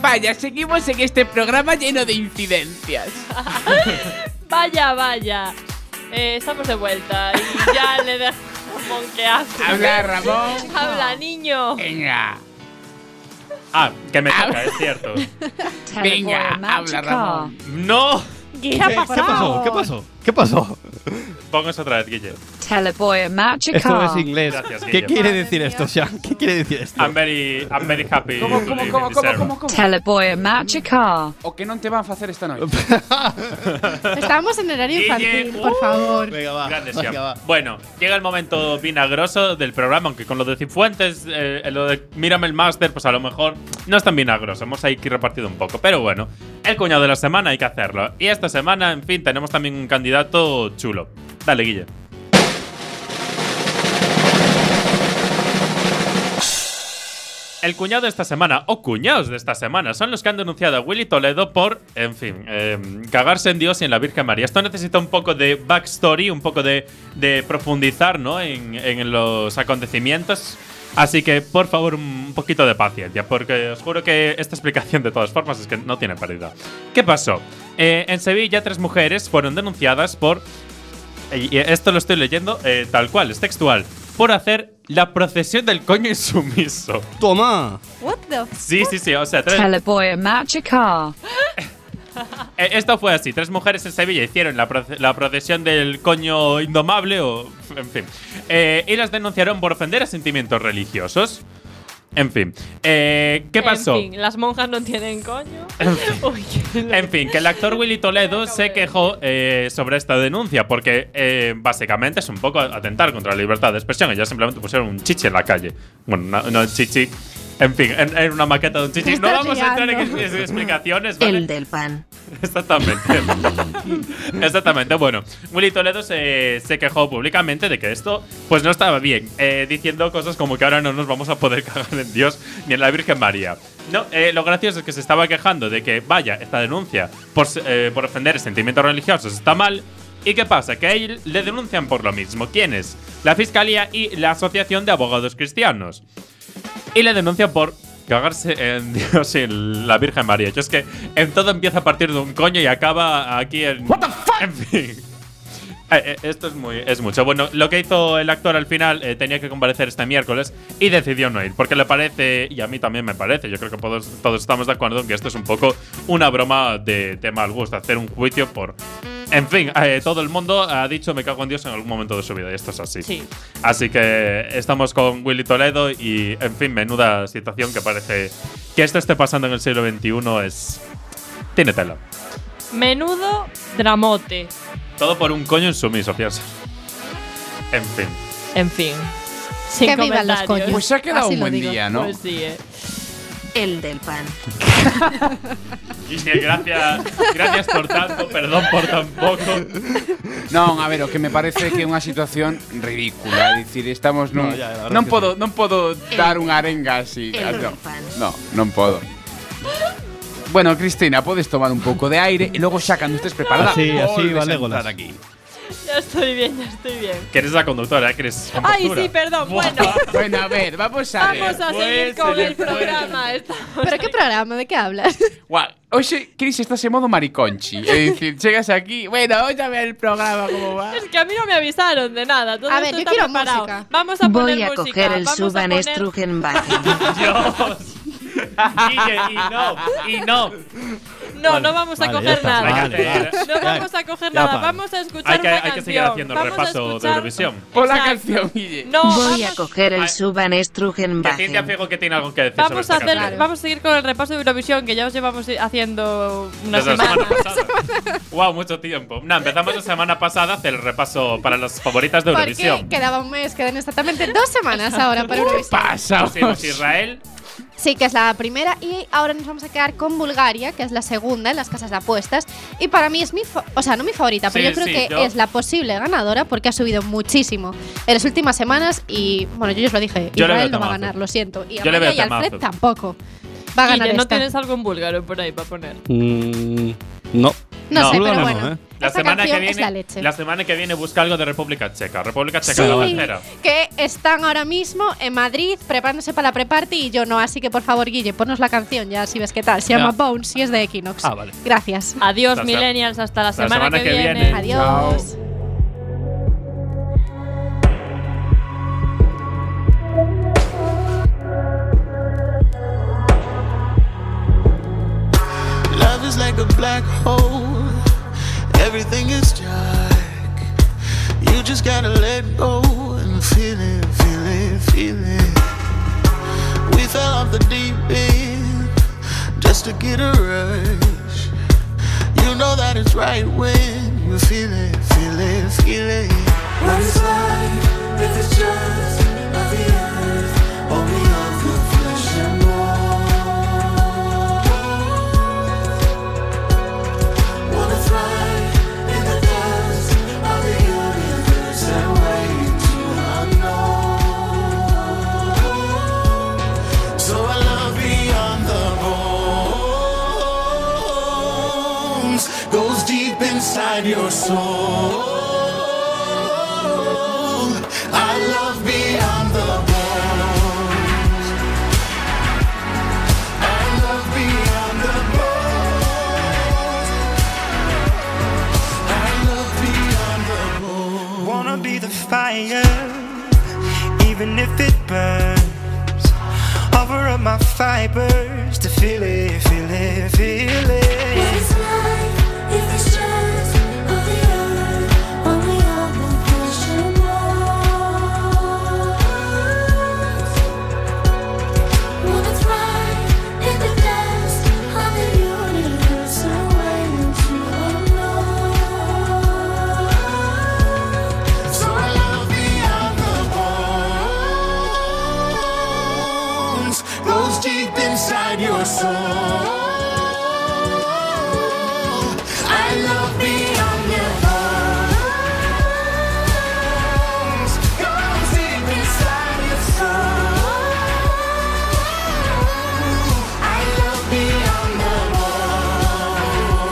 Speaker 2: Vaya, seguimos en este programa lleno de incidencias.
Speaker 1: Vaya, vaya. Eh, estamos de vuelta y ya le dejo a Ramón que hace.
Speaker 2: Habla, Ramón.
Speaker 1: Habla, niño.
Speaker 2: Venga.
Speaker 5: Ah, que me toca, es cierto.
Speaker 2: Venga, habla, Ramón.
Speaker 5: ¡No!
Speaker 13: ¿Qué ha pasado?
Speaker 4: ¿Qué pasó? ¿Qué pasó?
Speaker 5: Póngase otra vez, Guille.
Speaker 13: Telepoy Magical.
Speaker 4: Esto es inglés.
Speaker 5: Gracias,
Speaker 4: ¿Qué
Speaker 5: Guille.
Speaker 4: quiere decir esto, Sean? ¿Qué quiere decir esto?
Speaker 5: I'm very, I'm very happy.
Speaker 2: ¿Cómo,
Speaker 5: to
Speaker 2: cómo,
Speaker 5: live
Speaker 2: cómo,
Speaker 5: in this
Speaker 2: cómo,
Speaker 5: era.
Speaker 2: cómo, cómo?
Speaker 13: Telepoy Magical.
Speaker 2: O que non te van a facer esta noite.
Speaker 3: Estamos en horario infantil, por favor.
Speaker 4: Venga, va.
Speaker 5: uh, Grande,
Speaker 4: venga,
Speaker 5: Siam.
Speaker 4: va.
Speaker 5: Bueno, llega el momento vinagroso del programa, aunque con lo de Cifuentes, eh, lo de Mírame el Máster, pues a lo mejor no es tan vinagroso. Hemos ahí que repartido un poco. Pero bueno, el cuñado de la semana hay que hacerlo. Y esta semana, en fin, tenemos también un candidato chulo. Dale, Guille. El cuñado de esta semana, o cuñados de esta semana, son los que han denunciado a Willy Toledo por, en fin, eh, cagarse en Dios y en la Virgen María. Esto necesita un poco de backstory, un poco de, de profundizar ¿no? en, en los acontecimientos. Así que, por favor, un poquito de paciencia, porque os juro que esta explicación, de todas formas, es que no tiene pérdida. ¿Qué pasó? Eh, en Sevilla, tres mujeres fueron denunciadas por y esto lo estoy leyendo eh, tal cual, es textual. Por hacer la procesión del coño insumiso.
Speaker 4: Toma.
Speaker 3: What the f-
Speaker 5: Sí, sí, sí, o sea, tres-
Speaker 13: Telepoy Magical.
Speaker 5: eh, esto fue así. Tres mujeres en Sevilla hicieron la, proce- la procesión del coño indomable o... En fin. Eh, y las denunciaron por ofender a sentimientos religiosos. En fin. Eh, ¿Qué pasó?
Speaker 1: En fin, las monjas no tienen coño. Uy, qué lo-
Speaker 5: En fin, que el actor Willy Toledo se quejó eh, sobre esta denuncia porque eh, básicamente es un poco atentar contra la libertad de expresión. Ellos simplemente pusieron un chichi en la calle. Bueno, una- no chichi. En fin, en, en una maqueta de un chichi.
Speaker 13: Te
Speaker 5: No
Speaker 13: estás
Speaker 5: vamos a entrar en
Speaker 13: liando.
Speaker 5: ex- explicaciones, ¿vale?
Speaker 13: El del pan.
Speaker 5: Exactamente. Exactamente. Bueno, Willy Toledo se, se quejó públicamente de que esto pues no estaba bien, eh, diciendo cosas como que ahora no nos vamos a poder cagar en Dios ni en la Virgen María. No, eh, lo gracioso es que se estaba quejando de que, vaya, esta denuncia por, se- eh, por ofender sentimientos religiosos está mal. ¿Y qué pasa? Que a él le denuncian por lo mismo. ¿Quiénes? La Fiscalía y la Asociación de Abogados Cristianos y le denuncia por cagarse en Dios y en la Virgen María. Yo es que en todo empieza a partir de un coño y acaba aquí en. ¿What the fuck? En fin. Eh, eh, Esto es, muy, es mucho. Bueno, lo que hizo el actor al final eh, tenía que comparecer este miércoles y decidió no ir, porque le parece, y a mí también me parece, yo creo que todos, todos estamos de acuerdo en que esto es un poco una broma de, de mal gusto, hacer un juicio por, En fin, eh, todo el mundo ha dicho me cago en Dios en algún momento de su vida y esto es así.
Speaker 1: Sí.
Speaker 5: Así que estamos con Willy Toledo y, en fin, menuda situación que parece que esto esté pasando en el siglo XXI es... Tiene tela.
Speaker 1: Menudo dramote.
Speaker 5: Todo por un coño insumiso, piensa. En fin.
Speaker 1: En fin. Sin
Speaker 3: Que vivan los
Speaker 1: comentarios.
Speaker 3: coños. Pues se ha quedado Así un lo buen digo.
Speaker 5: día, ¿no?
Speaker 1: Pues sí, eh.
Speaker 13: El del pan.
Speaker 5: Guille, gracias, gracias por tanto, perdón por tan poco.
Speaker 2: Non, a ver, o que me parece que é unha situación ridícula, é dicir, estamos
Speaker 5: No,
Speaker 2: nun
Speaker 5: ya, la verdad
Speaker 2: non
Speaker 5: que
Speaker 2: podo, non podo dar unha arenga así.
Speaker 5: el
Speaker 2: ah, no.
Speaker 5: refán.
Speaker 2: no, non podo. Bueno, Cristina, podes tomar un pouco de aire e logo xa cando estés preparada.
Speaker 4: Así, así,
Speaker 2: volves a
Speaker 4: Valégolas.
Speaker 2: entrar aquí.
Speaker 1: Ya estoy bien, ya estoy bien.
Speaker 5: Que eres la conductora, ¿eh? que eres
Speaker 1: Ay,
Speaker 5: conductora.
Speaker 1: sí, perdón.
Speaker 5: Buah.
Speaker 1: Bueno.
Speaker 2: Bueno, a ver, vamos a
Speaker 1: Vamos a seguir
Speaker 2: ver.
Speaker 1: con
Speaker 2: Pues,
Speaker 1: el programa. Estamos
Speaker 3: ¿Pero qué programa? ¿De qué hablas?
Speaker 2: Guau, Oxe, Cris, estás en modo mariconchi. É dicir, chegas aquí, bueno, hoy a ver el programa como va.
Speaker 1: Es que a mí no me avisaron de nada. Todo
Speaker 3: A ver,
Speaker 1: esto
Speaker 3: yo
Speaker 1: está
Speaker 3: quiero
Speaker 1: preparado.
Speaker 3: música.
Speaker 1: Vamos a poner
Speaker 13: Voy a
Speaker 1: música.
Speaker 13: coger el
Speaker 1: Vamos a
Speaker 13: Suban
Speaker 1: poner-
Speaker 13: Strugenbacher.
Speaker 5: Guille, y no, y no.
Speaker 1: No,
Speaker 5: Vale,
Speaker 1: no vamos a
Speaker 5: vale,
Speaker 1: coger
Speaker 5: ya está,
Speaker 1: nada.
Speaker 5: vale, ya.
Speaker 1: No
Speaker 5: Ya,
Speaker 1: vamos a coger
Speaker 5: ya
Speaker 1: nada.
Speaker 5: para.
Speaker 1: Vamos a escuchar
Speaker 5: Hay que,
Speaker 1: una
Speaker 5: hay que
Speaker 1: canción.
Speaker 5: seguir haciendo el
Speaker 1: Vamos a
Speaker 5: repaso de
Speaker 1: escuchar-
Speaker 5: Eurovisión.
Speaker 2: Por la canción, Guille.
Speaker 1: No,
Speaker 13: Voy a
Speaker 1: vamos-
Speaker 13: coger el Suban
Speaker 5: Que Cintia
Speaker 13: Strugenbacher.
Speaker 5: Fiego que tiene algo que decir sobre este
Speaker 1: Vamos
Speaker 5: esta
Speaker 1: a, hacer,
Speaker 5: canción.
Speaker 1: vamos a seguir con el repaso de Eurovisión que ya os llevamos haciendo una
Speaker 5: Desde
Speaker 1: semana.
Speaker 5: la semana pasada. wow, mucho tiempo. Nah, empezamos la semana pasada a hacer el repaso para las favoritas de
Speaker 3: Porque
Speaker 5: Eurovisión.
Speaker 3: quedaba un mes, quedan exactamente dos semanas ahora para Eurovisión.
Speaker 2: Pasa.
Speaker 5: Pusimos pues, Israel.
Speaker 3: Sí, que es la primera y ahora nos vamos a quedar con Bulgaria, que es la segunda en las casas de apuestas. Y para mí es mi, fa- o sea, no mi favorita, pero
Speaker 13: Sí,
Speaker 3: yo creo
Speaker 13: sí,
Speaker 3: que
Speaker 13: yo-
Speaker 3: es la posible ganadora porque ha subido muchísimo en las últimas semanas y, bueno, yo ya os lo dije,
Speaker 1: Yo le veo
Speaker 3: Israel no va a
Speaker 1: temazo.
Speaker 3: ganar, lo siento. Y
Speaker 1: Yo le veo
Speaker 3: Amaya y
Speaker 1: temazo.
Speaker 3: Alfred tampoco. Va a
Speaker 1: Guille,
Speaker 3: ganar
Speaker 1: ¿no
Speaker 3: esta.
Speaker 1: tienes algo en búlgaro por ahí para poner?
Speaker 4: Mm, no.
Speaker 3: No sé, pero
Speaker 4: Búlgaro no,
Speaker 3: bueno.
Speaker 4: ¿eh?
Speaker 5: La
Speaker 3: Esta
Speaker 5: semana, que
Speaker 3: canción
Speaker 5: viene,
Speaker 3: es la leche.
Speaker 5: semana que viene busca algo de República Checa. República Checa
Speaker 3: Sí.
Speaker 5: la bandera.
Speaker 3: que están ahora mismo en Madrid preparándose para la pre-party y yo no, así que por favor, Guille, ponnos la canción, ya si ves qué tal. Se
Speaker 1: Ya.
Speaker 3: llama Bones y es de Equinox.
Speaker 1: Ah, vale.
Speaker 3: Gracias.
Speaker 1: Adiós, millennials, hasta la, semana, que, viene.
Speaker 3: eh. Adiós.
Speaker 18: Love is like a black hole. Everything is dark. You just gotta let go and feel it, feel it, feel it. We fell off the deep end just to get a rush. You know that it's right when you feel it, feel it, feel it. What is life if it's just not the earth, only of the flesh and bone? Wanna fly in the dust of the universe and wait to unknown. So I love beyond the bones, goes deep inside your soul. I love beyond the bones. I love beyond the bones. I love beyond the bones.
Speaker 17: Wanna be the fire, even if it burns. Offer up my fibers to feel it, feel it, feel it.